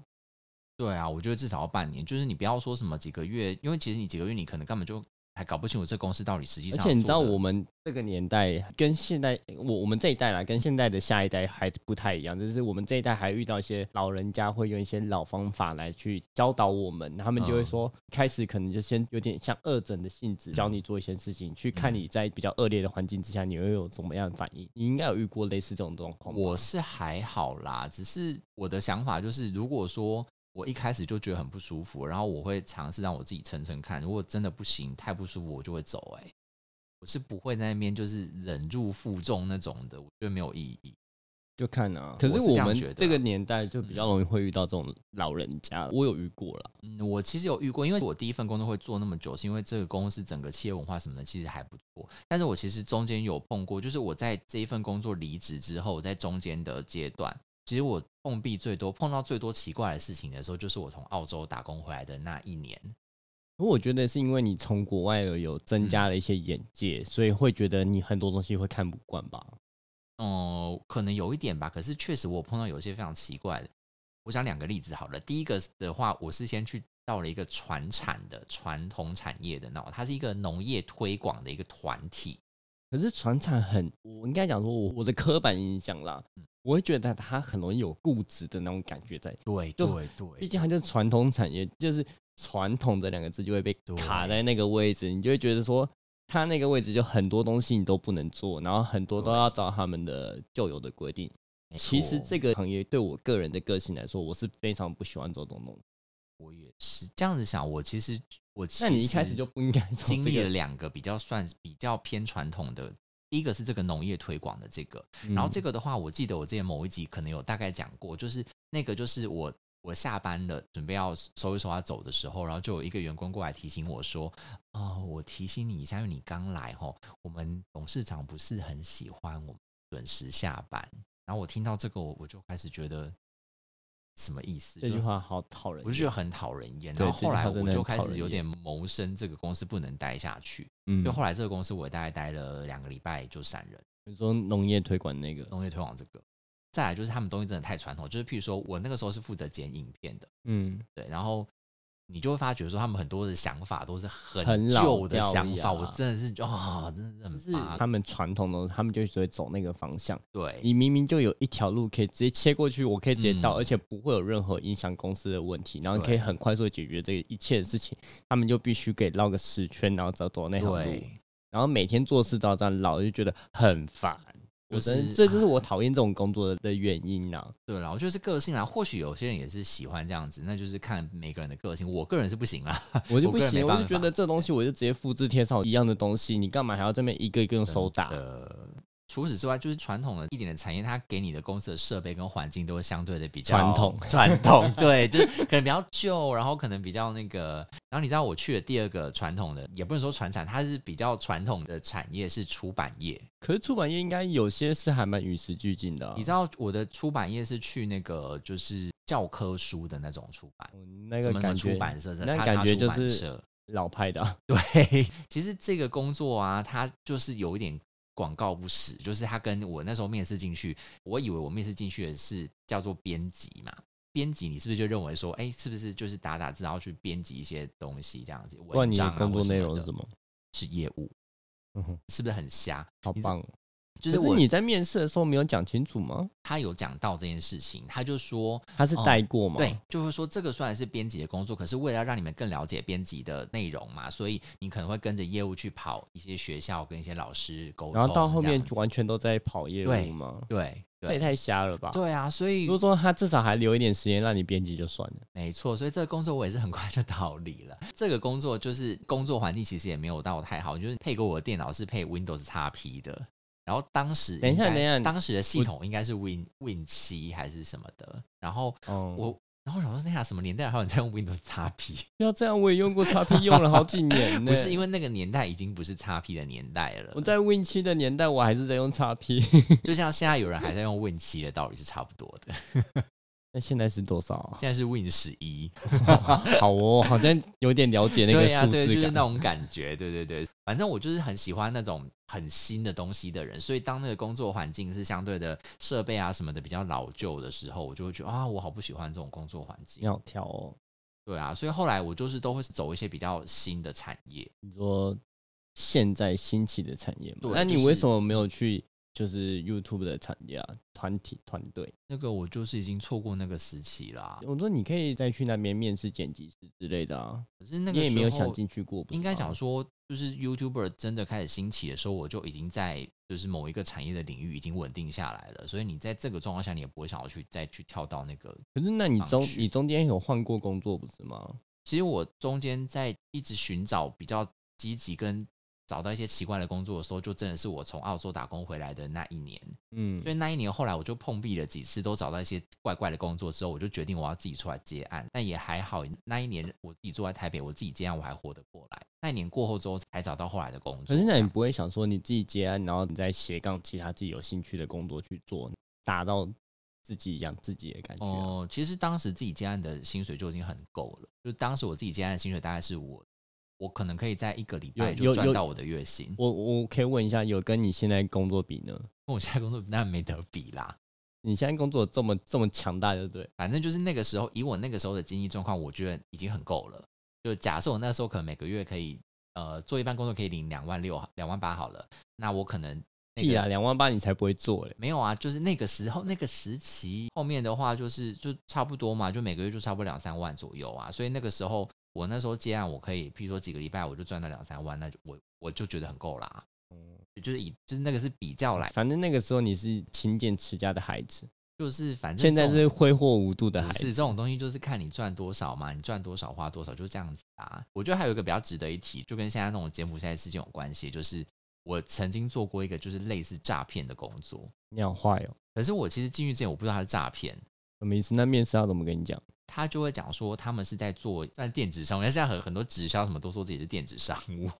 Speaker 1: 对啊，我觉得至少要半年，就是你不要说什么几个月，因为其实你几个月你可能根本就还搞不清楚这公司到底实际
Speaker 2: 而
Speaker 1: 上
Speaker 2: 且你知道
Speaker 1: 做的
Speaker 2: 我们这个年代跟现代，我我们这一代啦，跟现代的下一代还不太一样，就是我们这一代还遇到一些老人家会用一些老方法来去教导我们，他们就会
Speaker 1: 嗯
Speaker 2: 说，开始可能就先有点像恶整的性质，教你做一些事情，去看
Speaker 1: 嗯
Speaker 2: 你在比较恶劣的环境之下，你会有怎么样的反应。你应该有遇过类似这种状况吧。
Speaker 1: 我是还好啦，只是我的想法就是，如果说我一开始就觉得很不舒服，然后我会尝试让我自己撑撑看，如果真的不行，太不舒服，我就会走、欸。哎，我是不会在那边就是忍辱负重那种的，我觉得没有意义。
Speaker 2: 就看啊，可
Speaker 1: 我
Speaker 2: 是
Speaker 1: 是这
Speaker 2: 我
Speaker 1: 样
Speaker 2: 们
Speaker 1: 觉得
Speaker 2: 这个
Speaker 1: 啊
Speaker 2: 年代就比较容易会遇到这种老人家，我有遇过了。
Speaker 1: 嗯，我其实有遇过，因为我第一份工作会做那么久，是因为这个公司整个企业文化什么的其实还不错。但是我其实中间有碰过，就是我在这一份工作离职之后，在中间的阶段，其实我碰壁最多、碰到最多奇怪的事情的时候，就是我从澳洲打工回来的那一年。
Speaker 2: 不过我觉得是因为你从国外有有
Speaker 1: 嗯
Speaker 2: 增加了一些眼界，所以会觉得你很多东西会看不惯吧？
Speaker 1: 哦、可能有一点吧，可是确实我碰到有一些非常奇怪的。我讲两个例子好了，第一个的话，我是先去到了一个传产的传统产业的那种，它是一个农业推广的一个团体。
Speaker 2: 可是船厂很，我应该讲说我我的刻板印象啦，
Speaker 1: 嗯
Speaker 2: 我会觉得它很容易有固执的那种感觉在，
Speaker 1: 对
Speaker 2: 就
Speaker 1: 对
Speaker 2: 毕竟它就是传统产业，就是传统这两个字就会被
Speaker 1: 对
Speaker 2: 卡在那个位置，你就会觉得说。它那个位置就很多东西你都不能做，然后很多都
Speaker 1: 对
Speaker 2: 要照他们的旧有的规定。其实这
Speaker 1: 个
Speaker 2: 个行业对我个人的个性来说，我是非常不喜欢做这种东西。
Speaker 1: 我也是这样子想。我其实我其实
Speaker 2: 那你一开始就 不应该做
Speaker 1: 经
Speaker 2: 这
Speaker 1: 历
Speaker 2: 个
Speaker 1: 了两个比较算比较偏传统的，第一个是这个农业推广的这个，然
Speaker 2: 嗯
Speaker 1: 后这个的话，我记得我之前某一集可能有大概讲过，就是那个就是我我下班了，准备要收一收要走的时候，然后就有一个员工过来提醒我说：“哦，我提醒你一下，因为你刚来吼，我们董事长不是很喜欢我们准时下班。”然后我听到这个，我我就开始觉得什么意思？
Speaker 2: 这句
Speaker 1: 就
Speaker 2: 话好讨人厌，
Speaker 1: 我就觉得很讨人厌。
Speaker 2: 对
Speaker 1: 然后
Speaker 2: 这句
Speaker 1: 后来
Speaker 2: 话真
Speaker 1: 我
Speaker 2: 的
Speaker 1: 就
Speaker 2: 很
Speaker 1: 开
Speaker 2: 讨
Speaker 1: 始
Speaker 2: 人
Speaker 1: 有
Speaker 2: 厌
Speaker 1: 点谋生，这个公司不能待下去。
Speaker 2: 嗯
Speaker 1: 就后来这个公司我也大概待了两个礼拜就散人。
Speaker 2: 你说农业推广那个，
Speaker 1: 农业推广这个。再来就是他们东西真的太传统，就是譬如说我那个时候是负责剪影片的，
Speaker 2: 嗯，
Speaker 1: 对，然后你就会发觉说他们很多的想法都是很
Speaker 2: 很老
Speaker 1: 旧的
Speaker 2: 掉
Speaker 1: 想
Speaker 2: 牙
Speaker 1: 法，我真的是就啊、真的
Speaker 2: 就是是
Speaker 1: 很麻
Speaker 2: 他们传统的，他们就只会走那个方向。
Speaker 1: 对
Speaker 2: 你明明就有一条路可以直接切过去，我可以直接到，
Speaker 1: 嗯
Speaker 2: 而且不会有任何影响公司的问题，然后可
Speaker 1: 对
Speaker 2: 以很快速地解决这个一切的事情。他们就必须给绕个十圈，然后走走那条路，
Speaker 1: 对，
Speaker 2: 然后每天做事都要这样绕，我就觉得很烦。我
Speaker 1: 就是
Speaker 2: 真的，这就是我讨厌这种工作的的原因啦、
Speaker 1: 对啦，我觉得是个性啦，或许有些人也是喜欢这样子，那就是看每个人的个性，我个人是不行啦，
Speaker 2: 我就
Speaker 1: 我
Speaker 2: 不
Speaker 1: 个人没
Speaker 2: 行，我
Speaker 1: 办
Speaker 2: 就觉得
Speaker 1: 法
Speaker 2: 这东西我就直接复制贴上一样的东西，你干嘛还要这边一个一个用手打？
Speaker 1: 呃，除此之外，就是传统的一点的产业，它给你的公司的设备跟环境都会相对的比较
Speaker 2: 传统
Speaker 1: 传统对，就是可能比较旧，然后可能比较那个。然后你知道我去的第二个传统的，也不能说传产，它是比较传统的产业是出版业。
Speaker 2: 可是出版业应该有些是还蛮与时俱进的啊、
Speaker 1: 你知道我的出版业是去那个就是教科书的那种出版，
Speaker 2: 嗯那
Speaker 1: 什么什
Speaker 2: 个
Speaker 1: 么
Speaker 2: 感觉
Speaker 1: 出版社，
Speaker 2: 那
Speaker 1: 叉
Speaker 2: 感
Speaker 1: 叉
Speaker 2: 觉
Speaker 1: 出
Speaker 2: 就
Speaker 1: 版
Speaker 2: 是
Speaker 1: 社
Speaker 2: 老派的啊、
Speaker 1: 对， 其实这个工作啊，它就是有一点广告不实，就是它跟我那时候面试进去，我以为我面试进去的是叫做编辑嘛。编辑，你是不是就认为说，哎、是不是就是打打字，然后去编辑一些东西这样子？
Speaker 2: 不然
Speaker 1: 文
Speaker 2: 你
Speaker 1: 章
Speaker 2: 的
Speaker 1: 啊
Speaker 2: 工
Speaker 1: 或
Speaker 2: 作内
Speaker 1: 么
Speaker 2: 容
Speaker 1: 的
Speaker 2: 是什么？
Speaker 1: 是业务，
Speaker 2: 嗯哼，
Speaker 1: 是不是很瞎？
Speaker 2: 好
Speaker 1: 你是
Speaker 2: 棒哦！
Speaker 1: 就
Speaker 2: 可
Speaker 1: 是
Speaker 2: 是
Speaker 1: 我
Speaker 2: 你在面试的时候没有讲清楚吗？
Speaker 1: 他有讲到这件事情，他就说，
Speaker 2: 他是
Speaker 1: 哦
Speaker 2: 带过吗？
Speaker 1: 对，，就会说这个虽然是编辑的工作，可是为了要让你们更了解编辑的内容嘛，所以你可能会跟着业务去跑一些学校跟一些老师沟通，
Speaker 2: 然后到后
Speaker 1: 这样
Speaker 2: 面
Speaker 1: 子
Speaker 2: 完全都在跑业
Speaker 1: 对
Speaker 2: 务吗？
Speaker 1: 对
Speaker 2: 这
Speaker 1: 对
Speaker 2: 也太瞎了吧！
Speaker 1: 对啊，所以
Speaker 2: 如果说他至少还留一点时间让你编辑就算了。
Speaker 1: 没错，所以这个工作我也是很快就逃离了。这个工作就是工作环境其实也没有到太好，就是配给我的电脑是配 Windows XP 的，然后当时
Speaker 2: 等一下
Speaker 1: 应该
Speaker 2: 等一下
Speaker 1: 当时的系统应该是 Win Win 七还是什么的，然后
Speaker 2: 哦、
Speaker 1: 我。然后我想说，那下什么年代还有人在用 Windows XP？
Speaker 2: 不要这样，我也用过 XP 用了好几年 呢。
Speaker 1: 不是因
Speaker 2: 为
Speaker 1: 为那个年代已经不是 XP 的年代了，
Speaker 2: 我在 Win 七的年代，我还是在 用 XP。
Speaker 1: 就像现在有人还在用 Win 七的道理是差不多的。
Speaker 2: 那现在是多少啊？
Speaker 1: 现在是 Win 十一，
Speaker 2: 好哦，好像有点了解那个
Speaker 1: 对呀、
Speaker 2: 数
Speaker 1: 对，就
Speaker 2: 字
Speaker 1: 是
Speaker 2: 感。
Speaker 1: 那种感觉，对对对。反正我就是很喜欢那种很新的东西的人，所以当那个工作环境是相对的设备啊什么的比较老旧的时候，我就会觉得啊，我好不喜欢这种工作环
Speaker 2: 你
Speaker 1: 境。
Speaker 2: 好挑哦，
Speaker 1: 对啊，所以后来我就是都会走一些比较新的产业。
Speaker 2: 你说现在兴起的产业嘛，
Speaker 1: 对
Speaker 2: 那
Speaker 1: 就
Speaker 2: 你
Speaker 1: 是
Speaker 2: 为什么没有去就是 YouTube 的产业啊？团体团队，啊
Speaker 1: 那个我就是已经错过那个时期啦、
Speaker 2: 我说你可以再去那边面试剪辑师之类的啊，
Speaker 1: 可是那
Speaker 2: 你
Speaker 1: 个
Speaker 2: 也没有
Speaker 1: 时候
Speaker 2: 想进去过，不是
Speaker 1: 应该
Speaker 2: 吗
Speaker 1: 讲说，就是 YouTuber 真的开始兴起的时候，我就已经在就是某一个产业的领域已经稳定下来了，所以你在这个状况下，你也不会想要去再去跳到那个。
Speaker 2: 可是那你
Speaker 1: 上
Speaker 2: 中
Speaker 1: 去
Speaker 2: 你中间有换过工作不是吗？
Speaker 1: 其实我中间在一直寻找比较积极跟找到一些奇怪的工作的时候，就真的是我从澳洲打工回来的那一年。
Speaker 2: 嗯
Speaker 1: 所，以那一年后来我就碰壁了几次，都找到一些怪怪的工作之后，我就决定我要自己出来接案。但也还好，那一年我自己住在台北，我自己接案我还活得过来。那一年过后之后才找到后来的工作。
Speaker 2: 可是那
Speaker 1: 这
Speaker 2: 你
Speaker 1: 样
Speaker 2: 不会
Speaker 1: 子
Speaker 2: 想说你自己接案，然后你再斜杠其他自己有兴趣的工作去做，达到自己养自己的感觉啊、
Speaker 1: 哦、其实当时自己接案的薪水就已经很够了，就当时我自己接案的薪水大概是我，我可能可以在一个礼拜
Speaker 2: 有
Speaker 1: 就
Speaker 2: 有
Speaker 1: 赚
Speaker 2: 有
Speaker 1: 到我的月薪。
Speaker 2: 我我可以问一下，有跟你现在工作比呢？
Speaker 1: 跟我现在工作那没得比啦。
Speaker 2: 你现在工作这么这么强大，对不对？
Speaker 1: 反正就是那个时候，以我那个时候的经济状况，我觉得已经很够了。就假设我那时候可能每个月可以，呃，做一半工作可以领两万六、两万八好了，那我可能那
Speaker 2: 屁
Speaker 1: 个
Speaker 2: 啊，两万八你才不会做嘞！
Speaker 1: 没有啊，就是那个时候那个时期，后面的话就是就差不多嘛，就每个月就差不多两三万左右啊。所以那个时候我那时候接案，我可以，譬如说几个礼拜我就赚到两三万，那就我我就觉得很够啦。
Speaker 2: 嗯
Speaker 1: 就是以就是那个是比较来，
Speaker 2: 反正那个时候你是勤俭持家的孩子，
Speaker 1: 就是反正
Speaker 2: 现在
Speaker 1: 这
Speaker 2: 是
Speaker 1: 种
Speaker 2: 挥霍无度的孩
Speaker 1: 不是
Speaker 2: 子。
Speaker 1: 这种东西，就是看你赚多少嘛，你赚多少花多少，就这样子啊。我觉得还有一个比较值得一提，就跟现在那种柬埔寨事件有关系，就是我曾经做过一个就是类似诈骗的工作，
Speaker 2: 你好坏哦，
Speaker 1: 可是我其实进去之前我不知道它是诈骗，
Speaker 2: 什么意思？那面试要怎么跟你讲？
Speaker 1: 他就会讲说他们是在做在电子商务，因为现在很很多直销什么都说自己是电子商务，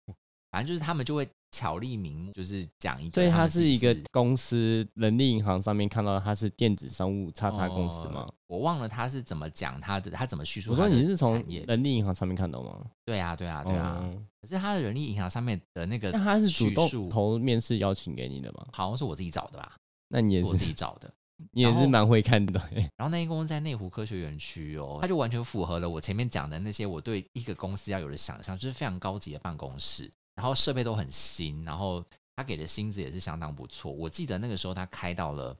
Speaker 1: 反正就是他们就会巧立名目，就是讲一个，
Speaker 2: 所以
Speaker 1: 他
Speaker 2: 它
Speaker 1: 们
Speaker 2: 是
Speaker 1: 自己
Speaker 2: 一个公司，人力银行上面看到它是电子商务叉叉公司吗
Speaker 1: 呃？我忘了他是怎么讲他的，他怎么叙述
Speaker 2: 我
Speaker 1: 他
Speaker 2: 说
Speaker 1: 的产业。
Speaker 2: 你是从人力银行上面看到吗？
Speaker 1: 对啊，对啊，对啊。
Speaker 2: 哦
Speaker 1: 可是他的人力银行上面的那个，
Speaker 2: 那他是主
Speaker 1: 叙
Speaker 2: 动
Speaker 1: 述，
Speaker 2: 投面试邀请给你的吗？
Speaker 1: 好像是我自己找的吧，
Speaker 2: 那你也
Speaker 1: 是我自
Speaker 2: 是，
Speaker 1: 己找的。
Speaker 2: 你也
Speaker 1: 然
Speaker 2: 是
Speaker 1: 后
Speaker 2: 蛮会看的。
Speaker 1: 然后那间公司在内湖科学园区哦，它就完全符合了我前面讲的那些我对一个公司要有的想象，就是非常高级的办公室，然后设备都很新，然后他给的薪资也是相当不错。我记得那个时候他开到了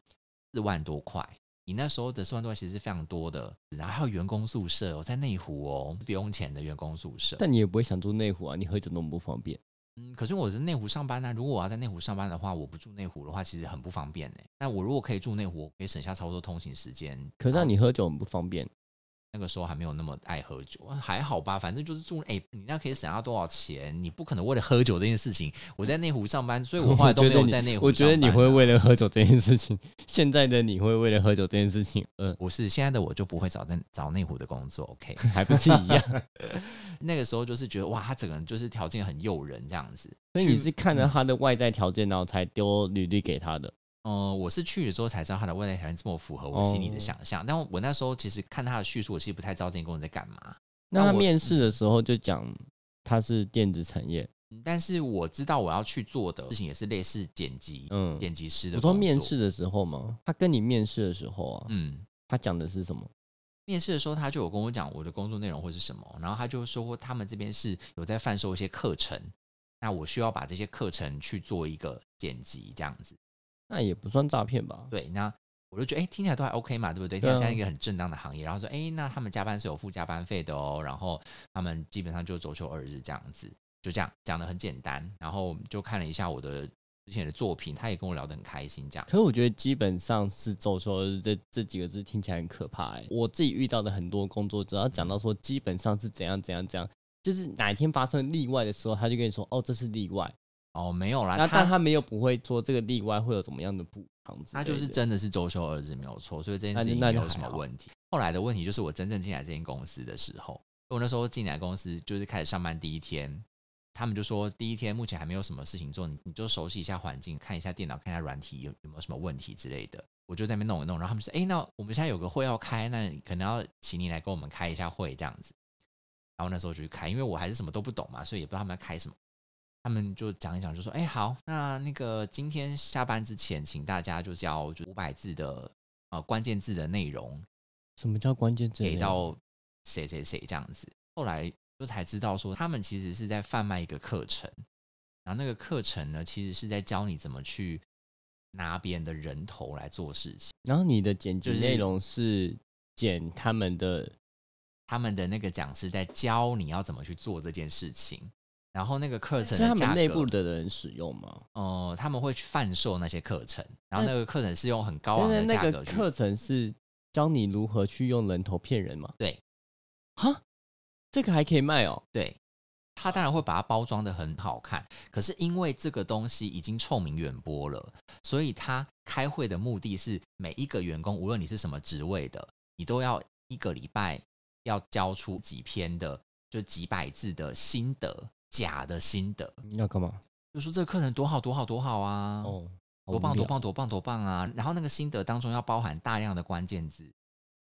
Speaker 1: 四万多块，你那时候的四万多块其实是非常多的，然后还有员工宿舍哦，在内湖哦，不用钱的员工宿舍。
Speaker 2: 但你也不会想住内湖啊，你喝酒那么不方便。
Speaker 1: 嗯，可是我在内湖上班呢、啊如果我要在内湖上班的话，我不住内湖的话，其实很不方欸便呢、那我如果可以住内湖，我可以省下超多通勤时间。
Speaker 2: 可是
Speaker 1: 然
Speaker 2: 那
Speaker 1: 后
Speaker 2: 你喝酒很不方便，
Speaker 1: 那个时候还没有那么爱喝酒，啊还好吧，反正就是住。哎、你那可以省下多少钱？你不可能为了喝酒这件事情，我在内湖上班，所以我后来都没
Speaker 2: 我觉得
Speaker 1: 有
Speaker 2: 你
Speaker 1: 在内湖
Speaker 2: 我觉得
Speaker 1: 上
Speaker 2: 你
Speaker 1: 班
Speaker 2: 会
Speaker 1: 啊
Speaker 2: 为了喝酒这件事情， 现在的你会为了喝酒这件事情，嗯，
Speaker 1: 不是现在的我就不会找在找内湖的工作，OK？
Speaker 2: 还不是一样？
Speaker 1: 那个时候就是觉得哇，他整个人就是条件很诱人这样子。
Speaker 2: 所以你
Speaker 1: 去
Speaker 2: 是看着他的外在条件，然后才丢履历给他的。
Speaker 1: 呃，我是去了之后才知道他的外在条件这么符合我心里
Speaker 2: 哦
Speaker 1: 的想象，但我那时候其实看他的叙述，我其实不太知道这个工人在干嘛。那
Speaker 2: 那他
Speaker 1: 我
Speaker 2: 面试的时候就讲他是电子产业，
Speaker 1: 嗯但是我知道我要去做的事情也是类似剪辑、
Speaker 2: 嗯，
Speaker 1: 剪辑师的。
Speaker 2: 我说面，试的时候嘛，他跟你面试的时候啊，
Speaker 1: 嗯，
Speaker 2: 他讲的是什么？
Speaker 1: 面试的时候他就有跟我讲我的工作内容会是什么，然后他就说过他们这边是有在贩售一些课程，那我需要把这些课程去做一个剪辑这样子。
Speaker 2: 那也不算诈骗吧？
Speaker 1: 对，那我就觉得哎、诶听起来都还 OK 嘛，对不对？听
Speaker 2: 对
Speaker 1: 起来
Speaker 2: 啊
Speaker 1: 像一个很正当的行业。然后说哎、诶那他们加班是有付加班费的哦，然后他们基本上就周休二日这样子，就这样讲的很简单。然后就看了一下我的之前的作品，他也跟我聊得很开心，这样。
Speaker 2: 可是我觉得基本上是周休二日这这几个字听起来很可怕、欸。我自己遇到的很多工作，只要讲到说基本上是怎样怎样怎样，就是哪一天发生例外的时候，他就跟你说哦这是例外，
Speaker 1: 哦，没有啦，
Speaker 2: 那但
Speaker 1: 他
Speaker 2: 他没有不会说这个例外会有怎么样的补偿之类的，
Speaker 1: 他就是真的是周休二日没有错，所以这件
Speaker 2: 那
Speaker 1: 事
Speaker 2: 就
Speaker 1: 情
Speaker 2: 那
Speaker 1: 没
Speaker 2: 就
Speaker 1: 有什
Speaker 2: 还
Speaker 1: 么
Speaker 2: 好
Speaker 1: 问题。后来的问题就是我真正进来这间公司的时候，我那时候进来公司就是开始上班第一天，他们就说第一天目前还没有什么事情做，你你就熟悉一下环境，看一下电脑，看一下软体有有没有什么问题之类的。我就在那边弄一弄，然后他们说：“哎、那我们现在有个会要开，那你可能要请你来跟我们开一下会这样子。”然后那时候就去开，因为我还是什么都不懂嘛，所以也不知道他们在开什么。他们就讲一讲，就说：“哎、好，那那个今天下班之前，请大家就交就五百字的呃关键字的内容
Speaker 2: 什么叫关键字？
Speaker 1: 给到谁谁谁这样子。”后来就才知道说，他们其实是在贩卖一个课程，然后那个课程呢，其实是在教你怎么去拿别人的人头来做事情。
Speaker 2: 然后你的剪辑
Speaker 1: 就是
Speaker 2: 内容是剪他们的，
Speaker 1: 他们的那个讲师在教你要怎么去做这件事情，然后那个课程
Speaker 2: 是
Speaker 1: 的
Speaker 2: 他
Speaker 1: 价格
Speaker 2: 们内部的人使用吗？
Speaker 1: 呃，他们会去贩售那些课程，然后那个课程是用很高
Speaker 2: 因
Speaker 1: 昂
Speaker 2: 为
Speaker 1: 的
Speaker 2: 那
Speaker 1: 价
Speaker 2: 个
Speaker 1: 格去，
Speaker 2: 课程是教你如何去用人头骗人嘛？
Speaker 1: 对，
Speaker 2: 哈，这个还可以卖哦。
Speaker 1: 对，他当然会把它包装的很好看，可是因为这个东西已经臭名远播了，所以他开会的目的是每一个员工，无论你是什么职位的，你都要一个礼拜要交出几篇的，就几百字的心得，假的心得，
Speaker 2: 要干嘛？
Speaker 1: 就说这个课程多好多好多好啊，
Speaker 2: 哦，好
Speaker 1: 多棒
Speaker 2: 无
Speaker 1: 多
Speaker 2: 聊！
Speaker 1: 棒多棒多棒啊！然后那个心得当中要包含大量的关键字，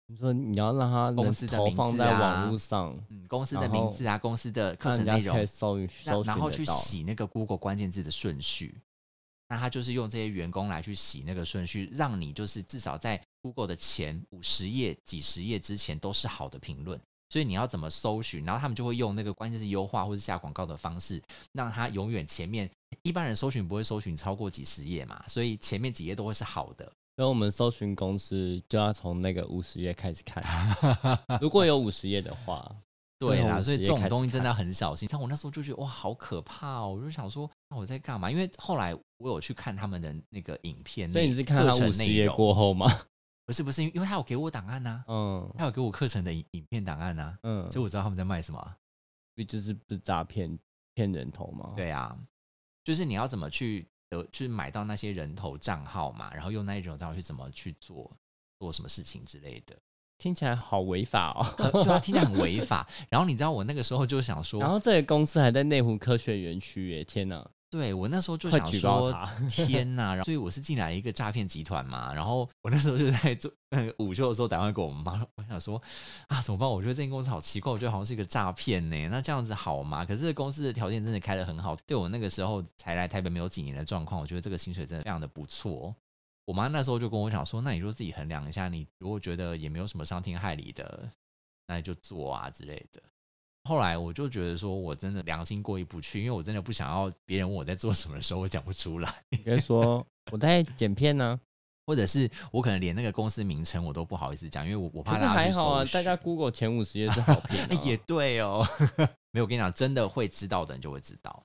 Speaker 2: 你说你要让他
Speaker 1: 公
Speaker 2: 人
Speaker 1: 司的
Speaker 2: 头
Speaker 1: 名
Speaker 2: 放
Speaker 1: 字
Speaker 2: 在
Speaker 1: 啊
Speaker 2: 网络上，
Speaker 1: 嗯，公司的
Speaker 2: 然
Speaker 1: 名
Speaker 2: 后
Speaker 1: 字啊，公司的课
Speaker 2: 让
Speaker 1: 程
Speaker 2: 人家
Speaker 1: 内容
Speaker 2: 可以，搜寻
Speaker 1: 那
Speaker 2: 搜
Speaker 1: 然后去
Speaker 2: 寻得到。
Speaker 1: 洗那个 Google 关键字的顺序。那他就是用这些员工来去洗那个顺序，让你就是至少在 Google 的前五十页、几十页之前都是好的评论。所以你要怎么搜寻，然后他们就会用那个关键字优化或是下广告的方式，让它永远前面一般人搜寻不会搜寻超过几十页嘛，所以前面几页都会是好的。
Speaker 2: 所以我们搜寻公司就要从那个五十页开始看，如果有五十页的话，
Speaker 1: 对
Speaker 2: 对
Speaker 1: 啦，
Speaker 2: 我
Speaker 1: 所以
Speaker 2: 直
Speaker 1: 这
Speaker 2: 接
Speaker 1: 种
Speaker 2: 开始
Speaker 1: 东西真的
Speaker 2: 看
Speaker 1: 很小心。像我那时候就觉得哇，好可怕哦！我就想说，那我在干嘛？因为后来我有去看他们的那个影片，
Speaker 2: 所以你是看
Speaker 1: 课
Speaker 2: 他
Speaker 1: 程
Speaker 2: 五十
Speaker 1: 内
Speaker 2: 页
Speaker 1: 容？
Speaker 2: 过后吗？
Speaker 1: 不是不是，因为他有给我档案呐、
Speaker 2: 嗯
Speaker 1: 他有给我课程的影影片档案呐、
Speaker 2: 嗯，
Speaker 1: 所以我知道他们在卖什么啊。
Speaker 2: 不就是不是诈骗骗人头吗？，
Speaker 1: 对啊，就是你要怎么去得去买到那些人头账号嘛，然后用那一种账号去怎么去做做什么事情之类的。
Speaker 2: 听起来好违法
Speaker 1: 呃
Speaker 2: 哦。
Speaker 1: 对啊，听起来很违法。然后你知道我那个时候就想
Speaker 2: 然
Speaker 1: 说，
Speaker 2: 后这个公司还在内湖科学园区耶，天哪！
Speaker 1: 对我那时候就
Speaker 2: 快
Speaker 1: 想
Speaker 2: 举报
Speaker 1: 说，
Speaker 2: 他！
Speaker 1: 天呐、然后所以我是进来一个诈骗集团嘛，然后我那时候就在做那个午休的时候打电话给我妈，我想说啊怎么办？我觉得这间公司好奇怪，我觉得好像是一个诈骗呢。那这样子好吗？可是公司的条件真的开得很好，对我那个时候才来台北没有几年的状况，我觉得这个薪水真的非常的不错。我妈那时候就跟我讲说，那你就自己衡量一下，你如果觉得也没有什么伤天害理的，那你就做啊之类的。后来我就觉得说，我真的良心过意不去，因为我真的不想要别人问我在做什么的时候，我讲不出来。
Speaker 2: 你该说我在剪片呢、
Speaker 1: 或者是我可能连那个公司名称我都不好意思讲，因为我我
Speaker 2: 可
Speaker 1: 怕
Speaker 2: 是
Speaker 1: 大家
Speaker 2: 还
Speaker 1: 去搜
Speaker 2: 好啊，
Speaker 1: 寻
Speaker 2: 大家 Google 前五十页是好片、
Speaker 1: 哎
Speaker 2: 啊，
Speaker 1: 也对哦。没有，我跟你讲，真的会知道的人就会知道。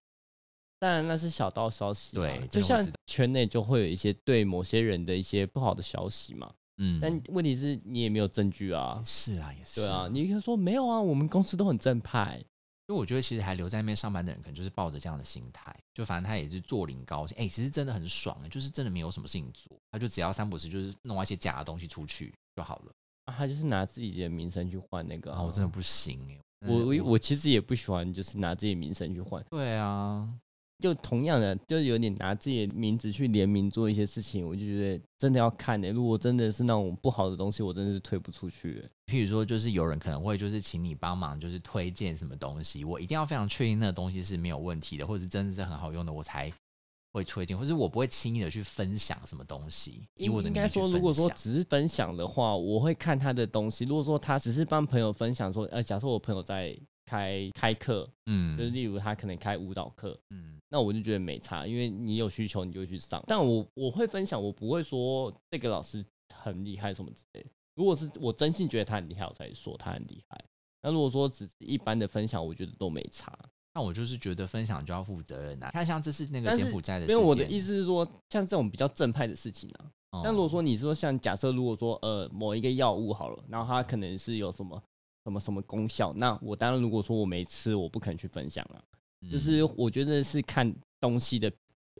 Speaker 2: 当然那是小道消息、啊，
Speaker 1: 对真的
Speaker 2: 就
Speaker 1: 会
Speaker 2: 像
Speaker 1: 知道
Speaker 2: 圈内就会有一些对某些人的一些不好的消息嘛。
Speaker 1: 嗯，
Speaker 2: 但问题是你也没有证据啊。
Speaker 1: 是啊，也是
Speaker 2: 对啊，，你可以说没有啊，我们公司都很正派。
Speaker 1: 因为我觉得其实还留在那边上班的人，可能就是抱着这样的心态，就反正他也是坐领高薪，哎、其实真的很爽、欸就是真的没有什么事情做，他就只要三不时就是弄一些假的东西出去就好了。
Speaker 2: 啊、他就是拿自己的名声去换那个、
Speaker 1: 啊，我真的，不行哎、
Speaker 2: 我
Speaker 1: 真的
Speaker 2: 我我其实也不喜欢，就是拿自己的名声去换。
Speaker 1: 对啊，
Speaker 2: 就同样的，就是有点拿自己的名字去联名做一些事情，我就觉得真的要看的、欸如果真的是那种不好的东西，我真的是推不出去、欸。
Speaker 1: 譬如说，就是有人可能会就是请你帮忙，就是推荐什么东西，我一定要非常确定那个东西是没有问题的，或者是真的是很好用的，我才会推荐，或者我不会轻易的去分享什么东西。以我的
Speaker 2: 应
Speaker 1: 能
Speaker 2: 该
Speaker 1: 力去
Speaker 2: 说，如果
Speaker 1: 分
Speaker 2: 说
Speaker 1: 享
Speaker 2: 只是分享的话，我会看他的东西。如果说他只是帮朋友分享说，呃，假设我朋友在开开课，就是
Speaker 1: 嗯
Speaker 2: 例如他可能开舞蹈课，
Speaker 1: 嗯
Speaker 2: 那我就觉得没差，因为你有需求你就去上。但我我会分享，我不会说这个老师很厉害什么之类的。如果是我真心觉得他很厉害，我才说他很厉害。那如果说只是一般的分享，我觉得都没差。
Speaker 1: 那我就是觉得分享就要负责任啊。看像这是那个
Speaker 2: 但是
Speaker 1: 柬埔寨的
Speaker 2: 因
Speaker 1: 事
Speaker 2: 为
Speaker 1: 件，
Speaker 2: 我的意思是说，像这种比较正派的事情啊，
Speaker 1: 嗯，
Speaker 2: 但如果说你说像假设如果说呃某一个药物好了，然后它可能是有什么什么什么功效，那我当然如果说我没吃，我不肯去分享啊。
Speaker 1: 嗯
Speaker 2: 就是我觉得是看东西的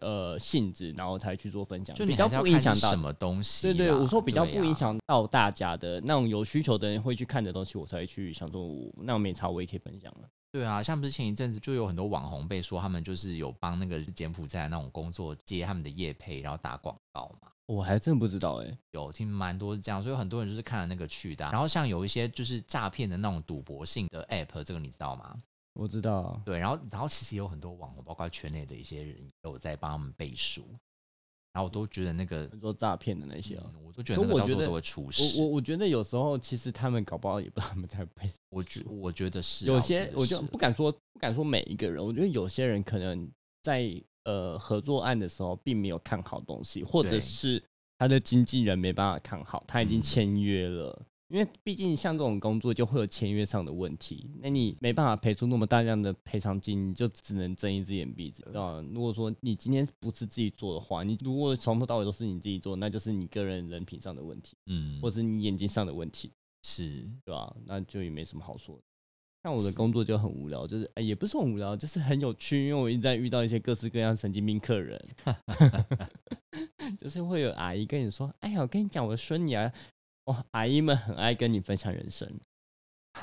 Speaker 2: 呃性质，然后才去做分享，啊
Speaker 1: 就你
Speaker 2: 比较
Speaker 1: 还是要
Speaker 2: 不影
Speaker 1: 看
Speaker 2: 响
Speaker 1: 是
Speaker 2: 到
Speaker 1: 什。么东西
Speaker 2: 对
Speaker 1: 啦。
Speaker 2: 对，我说比较不
Speaker 1: 对
Speaker 2: 影
Speaker 1: 啊
Speaker 2: 响到大家的那种有需求的人会去看的东西，我才会去想说，我那我没差，我也可以分享了。
Speaker 1: 对啊，像不是前一阵子就有很多网红被说他们就是有帮那个柬埔寨那种工作接他们的业配，然后打广告嘛。
Speaker 2: 我还真不知道哎、
Speaker 1: 有听蛮多是这样，所以很多人就是看了那个去的啊、然后像有一些就是诈骗的那种赌博性的 app，这个你知道吗？
Speaker 2: 我知道啊，
Speaker 1: 对，然后然后其实有很多网红，包括圈内的一些人，也有在帮他们背书，然后我都觉得那个，
Speaker 2: 很多诈骗的那些啊。
Speaker 1: 嗯我都觉得那
Speaker 2: 可
Speaker 1: 个
Speaker 2: 我
Speaker 1: 到时
Speaker 2: 觉
Speaker 1: 候
Speaker 2: 得
Speaker 1: 都会出
Speaker 2: 我
Speaker 1: 事。
Speaker 2: 我我觉得有时候其实他们搞不好也不知道他们在被，
Speaker 1: 我觉我觉得是啊、
Speaker 2: 有些我
Speaker 1: 觉
Speaker 2: 就
Speaker 1: 得是
Speaker 2: 不敢说不敢说每一个人，我觉得有些人可能在呃合作案的时候并没有看好东西，或者
Speaker 1: 对
Speaker 2: 是他的经纪人没办法看好，他已经
Speaker 1: 嗯
Speaker 2: 签约了。因为毕竟像这种工作就会有签约上的问题，那你没办法赔出那么大量的赔偿金，你就只能睁一只眼闭一只眼啊。如果说你今天不是自己做的话，你如果从头到尾都是你自己做，那就是你个人人品上的问题，
Speaker 1: 嗯，
Speaker 2: 或是你眼睛上的问题。
Speaker 1: 是
Speaker 2: 对吧、那就也没什么好说的。像我的工作就很无聊，就是、哎也不是很无聊，就是很有趣，因为我一直在遇到一些各式各样神经病客人， 就是会有阿姨跟你说：“哎呀，我跟你讲，我的孙女啊，哇，阿姨们很爱跟你分享人生，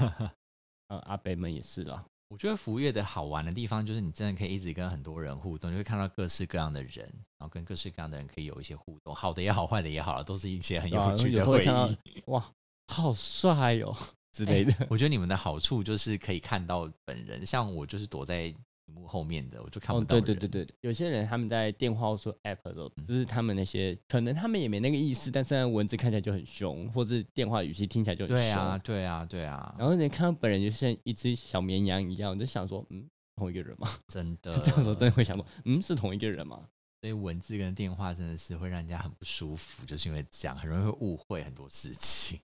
Speaker 2: 呃，阿伯们也是啦。
Speaker 1: 我觉得服务业的好玩的地方就是，你真的可以一直跟很多人互动，你会看到各式各样的人，然后跟各式各样的人可以有一些互动，好的也好，坏的也好，都是一些很
Speaker 2: 对啊
Speaker 1: 有趣
Speaker 2: 有
Speaker 1: 的
Speaker 2: 时候会
Speaker 1: 回
Speaker 2: 看到
Speaker 1: 忆。
Speaker 2: 哇，好帅哦之类的。
Speaker 1: 哎我觉得你们的好处就是可以看到本人，像我就是躲在屏幕后面的，我就看不
Speaker 2: 哦，
Speaker 1: 到
Speaker 2: 对
Speaker 1: 人。嗯
Speaker 2: 对对对，有些人他们在电话或说 app 的时候，就是他们那些可能他们也没那个意思，但是那文字看起来就很凶，或是电话语气听起来就很凶。
Speaker 1: 对啊，对啊，对啊，
Speaker 2: 然后你看到本人就像一只小绵羊一样，我就想说，嗯，同一个人吗？
Speaker 1: 真的，
Speaker 2: 这样子我真的会想说，嗯，是同一个人吗？
Speaker 1: 所以文字跟电话真的是会让人家很不舒服，就是因为这样，很容易会误会很多事情。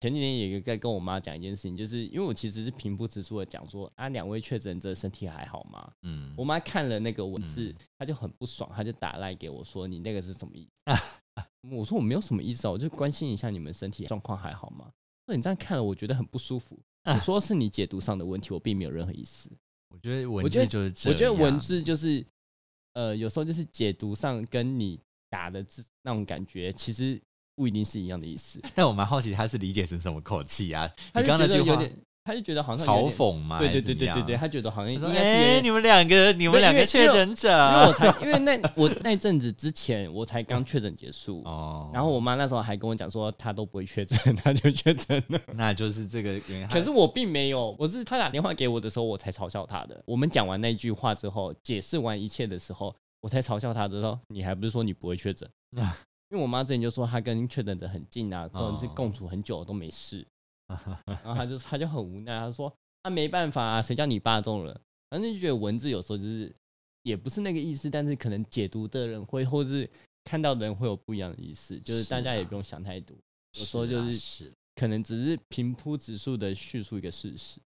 Speaker 2: 前几天也在跟我妈讲一件事情，就是因为我其实是平铺直述的讲说，啊，两位确诊者身体还好吗？
Speaker 1: 嗯，
Speaker 2: 我妈看了那个文字，
Speaker 1: 嗯
Speaker 2: 她就很不爽，她就打赖给我说：“你那个是什么意思？” 我说：“我没有什么意思啊，我就关心一下你们身体状况还好吗？”说你这样看了，我觉得很不舒 服。我说是你解读上的问题，我并没有任何意思。
Speaker 1: 我觉得文
Speaker 2: 我觉得
Speaker 1: 字就是这
Speaker 2: 我觉得文
Speaker 1: 样
Speaker 2: 字就是，呃，有时候就是解读上跟你打的字那种感觉，其实不一定是一样的 意思。
Speaker 1: 但我蛮好奇他是理解成什么口气啊？
Speaker 2: 她
Speaker 1: 你
Speaker 2: 就
Speaker 1: 刚刚那
Speaker 2: 觉得
Speaker 1: 句
Speaker 2: 有
Speaker 1: 话
Speaker 2: 点，她就觉得好像有
Speaker 1: 嘲
Speaker 2: 点，
Speaker 1: 讽吗？
Speaker 2: 对对
Speaker 1: 还是怎
Speaker 2: 对
Speaker 1: 么
Speaker 2: 对
Speaker 1: 样
Speaker 2: 对对，她觉得好像
Speaker 1: 他
Speaker 2: 应
Speaker 1: 说：“
Speaker 2: 该是有
Speaker 1: 哎，
Speaker 2: 点
Speaker 1: 你们两个，你们
Speaker 2: 对
Speaker 1: 两
Speaker 2: 因为
Speaker 1: 个确诊
Speaker 2: 因为
Speaker 1: 者。
Speaker 2: 我才，因为那我那阵子之前我才刚确诊结”束，
Speaker 1: 哦
Speaker 2: 然后我妈那时候还跟我讲说，她都不会确诊，她就确诊了。
Speaker 1: 那就是这个原因。
Speaker 2: 可是我并没有，我是她打电话给我的时候，我才嘲笑她的。我们讲完那句话之后，解释完一切的时候，我才嘲笑她的时候，你还不是说你不会确诊？ 因为我妈之前就说她跟确诊者很近啊，可能是
Speaker 1: 哦
Speaker 2: 共处很久都没事，然后她 就她就很无奈，她说啊没办法啊，谁叫你爸中了？反正就觉得文字有时候就是也不是那个意思，但是可能解读的人会或是看到的人会有不一样的意思，就是
Speaker 1: 是
Speaker 2: 大家也
Speaker 1: 啊
Speaker 2: 不用想太多，有时
Speaker 1: 是
Speaker 2: 候就
Speaker 1: 啦
Speaker 2: 是啊
Speaker 1: 是啊
Speaker 2: 可能只是平铺直述的叙述一个事实。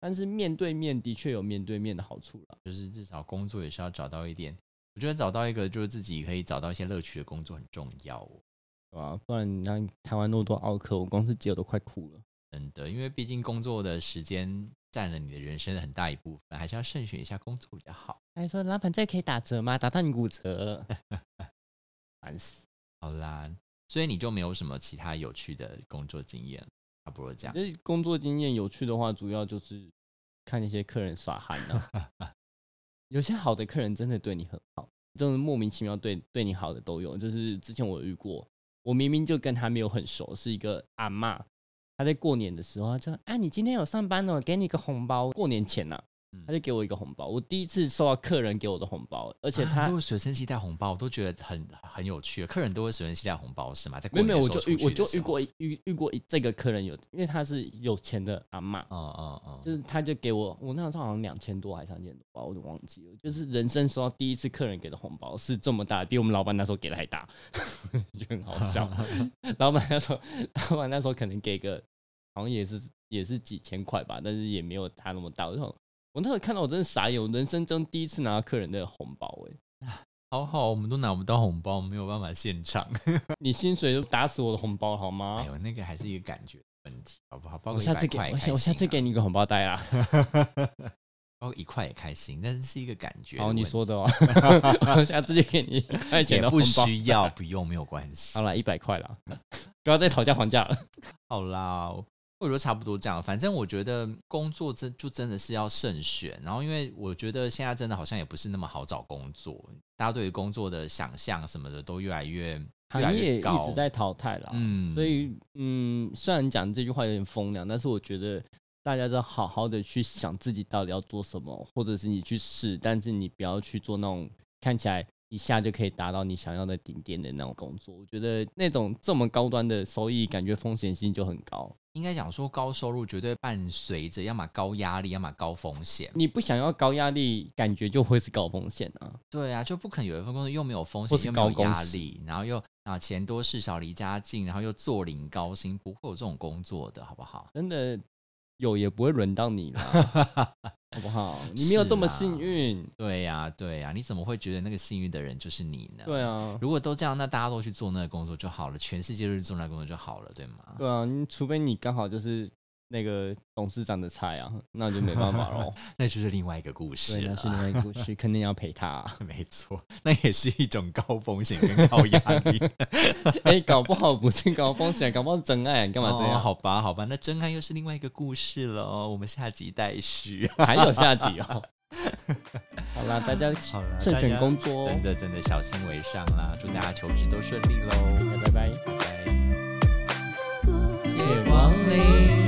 Speaker 2: 但是面对面的确有面对面的好处了，
Speaker 1: 就是至少工作也是要找到一点，我觉得找到一个就是自己可以找到一些乐趣的工作很重要哦。
Speaker 2: 对吧、不然你看台湾那么多奥克，我光是接我都快哭了。
Speaker 1: 真的，因为毕竟工作的时间占了你的人生的很大一部分，还是要慎选一下工作比较好。
Speaker 2: 还说老板这可以打折吗？打到你骨折， 烦死！
Speaker 1: 好啦，所以你就没有什么其他有趣的工作经验，差不多这样。
Speaker 2: 就是工作经验有趣的话，主要就是看那些客人耍憨啊。 有些好的客人真的对你很好，这种莫名其妙对对你好的都有。就是之前我有遇过，我明明就跟他没有很熟，是一个阿嬷，她在过年的时候，她就啊，你今天有上班哦，给你一个红包。过年啊前呐、
Speaker 1: 嗯
Speaker 2: 她就给我一个红包，我第一次收到客人给我的红包，而且
Speaker 1: 啊
Speaker 2: 她、
Speaker 1: 如果随身携带红包，我都觉得很很有趣。客人都会随身携带红包是吗？在过
Speaker 2: 没有没有，
Speaker 1: 年
Speaker 2: 我
Speaker 1: 的时候
Speaker 2: 就
Speaker 1: 出
Speaker 2: 遇
Speaker 1: 去
Speaker 2: 我
Speaker 1: 的
Speaker 2: 就
Speaker 1: 时
Speaker 2: 遇
Speaker 1: 候，
Speaker 2: 过一遇遇过一这个客人有，因为他是有钱的阿嬷，
Speaker 1: 嗯嗯
Speaker 2: 就
Speaker 1: 嗯，
Speaker 2: 是他就给我，我那时候好像两千多还三千多吧，我都忘记了。就是人生收到第一次客人给的红包是这么大，比我们老板那时候给的还大， 就很好 笑。老板那时候， 老板那时候可能给个好像也是也是几千块吧，但是也没有他那么大。我就想我那时候看到我真的傻眼，我人生中第一次拿到客人的红包、欸，
Speaker 1: 好好，我们都拿不到红包，我们没有办法现场。
Speaker 2: 你薪水就打死我的红包好吗？
Speaker 1: 哎呦，那个还是一个感觉问题，好不好？包
Speaker 2: 啊我
Speaker 1: 括
Speaker 2: 下次
Speaker 1: 100
Speaker 2: 给，
Speaker 1: 块也
Speaker 2: 我
Speaker 1: 开
Speaker 2: 下我下次
Speaker 1: 心啊
Speaker 2: 给你一个红包袋啊！
Speaker 1: 包括一块也开心，但是是一个感觉的
Speaker 2: 好，
Speaker 1: 问题。
Speaker 2: 你说的 哦， 我下次就给你一块钱
Speaker 1: 也
Speaker 2: 的
Speaker 1: 不
Speaker 2: 红包。
Speaker 1: 需要，不用，没有关系。
Speaker 2: 好了，一百块啦，
Speaker 1: 嗯
Speaker 2: 不要再讨价还价了。
Speaker 1: 好啦，我觉得差不多这样。反正我觉得工作真就真的是要慎选。然后，因为我觉得现在真的好像也不是那么好找工作，大家对于工作的想象什么的都越来越越来
Speaker 2: 行业
Speaker 1: 越
Speaker 2: 一
Speaker 1: 高。
Speaker 2: 直在淘汰啦，
Speaker 1: 嗯，
Speaker 2: 所以嗯，虽然讲这句话有点风凉，但是我觉得大家要好好的去想自己到底要做什么，或者是你去试，但是你不要去做那种看起来一下就可以达到你想要的顶点的那种工作。我觉得那种这么高端的收益，感觉风险性就很高。
Speaker 1: 应该讲说高收入绝对伴随着要么高压力，要么高风险。
Speaker 2: 你不想要高压力，感觉就会是高风险啊。
Speaker 1: 对啊，就不肯有一份工作又没有风
Speaker 2: 或
Speaker 1: 险，
Speaker 2: 是
Speaker 1: 又没有
Speaker 2: 高工
Speaker 1: 压
Speaker 2: 时
Speaker 1: 力，然后又啊钱多事少离家近，然后又坐领高薪，不会有这种工作的好不好？
Speaker 2: 真的有也不会轮到 你啦，好不好？你没有这么幸运，
Speaker 1: 对呀、对啊呀、你怎么会觉得那个幸运的人就是你呢？
Speaker 2: 对啊，
Speaker 1: 如果都这样，那大家都去做那个工作就好了，全世界都去做那个工作就好了，对吗？
Speaker 2: 对啊，你除非你刚好就是那个董事长的菜啊，那就没办法喽。
Speaker 1: 那就是另外一个故事
Speaker 2: 对，那
Speaker 1: 了。
Speaker 2: 是另外一个故 事，肯定要陪他、啊。
Speaker 1: 没错，那也是一种高风险跟高压 力。
Speaker 2: 哎、搞不好不是高风险，搞不好是真爱，你干嘛这
Speaker 1: 哦
Speaker 2: 样？
Speaker 1: 好吧，好吧，那真爱又是另外一个故事了哦，我们下集待续。
Speaker 2: 还有下 集哦。好啦，大家
Speaker 1: 好啦
Speaker 2: 慎
Speaker 1: 大
Speaker 2: 选
Speaker 1: 家
Speaker 2: 工作哦
Speaker 1: 真，的真的小心为上啦，祝大家求职都顺利喽，
Speaker 2: 拜拜。
Speaker 1: 拜拜。谢谢光临。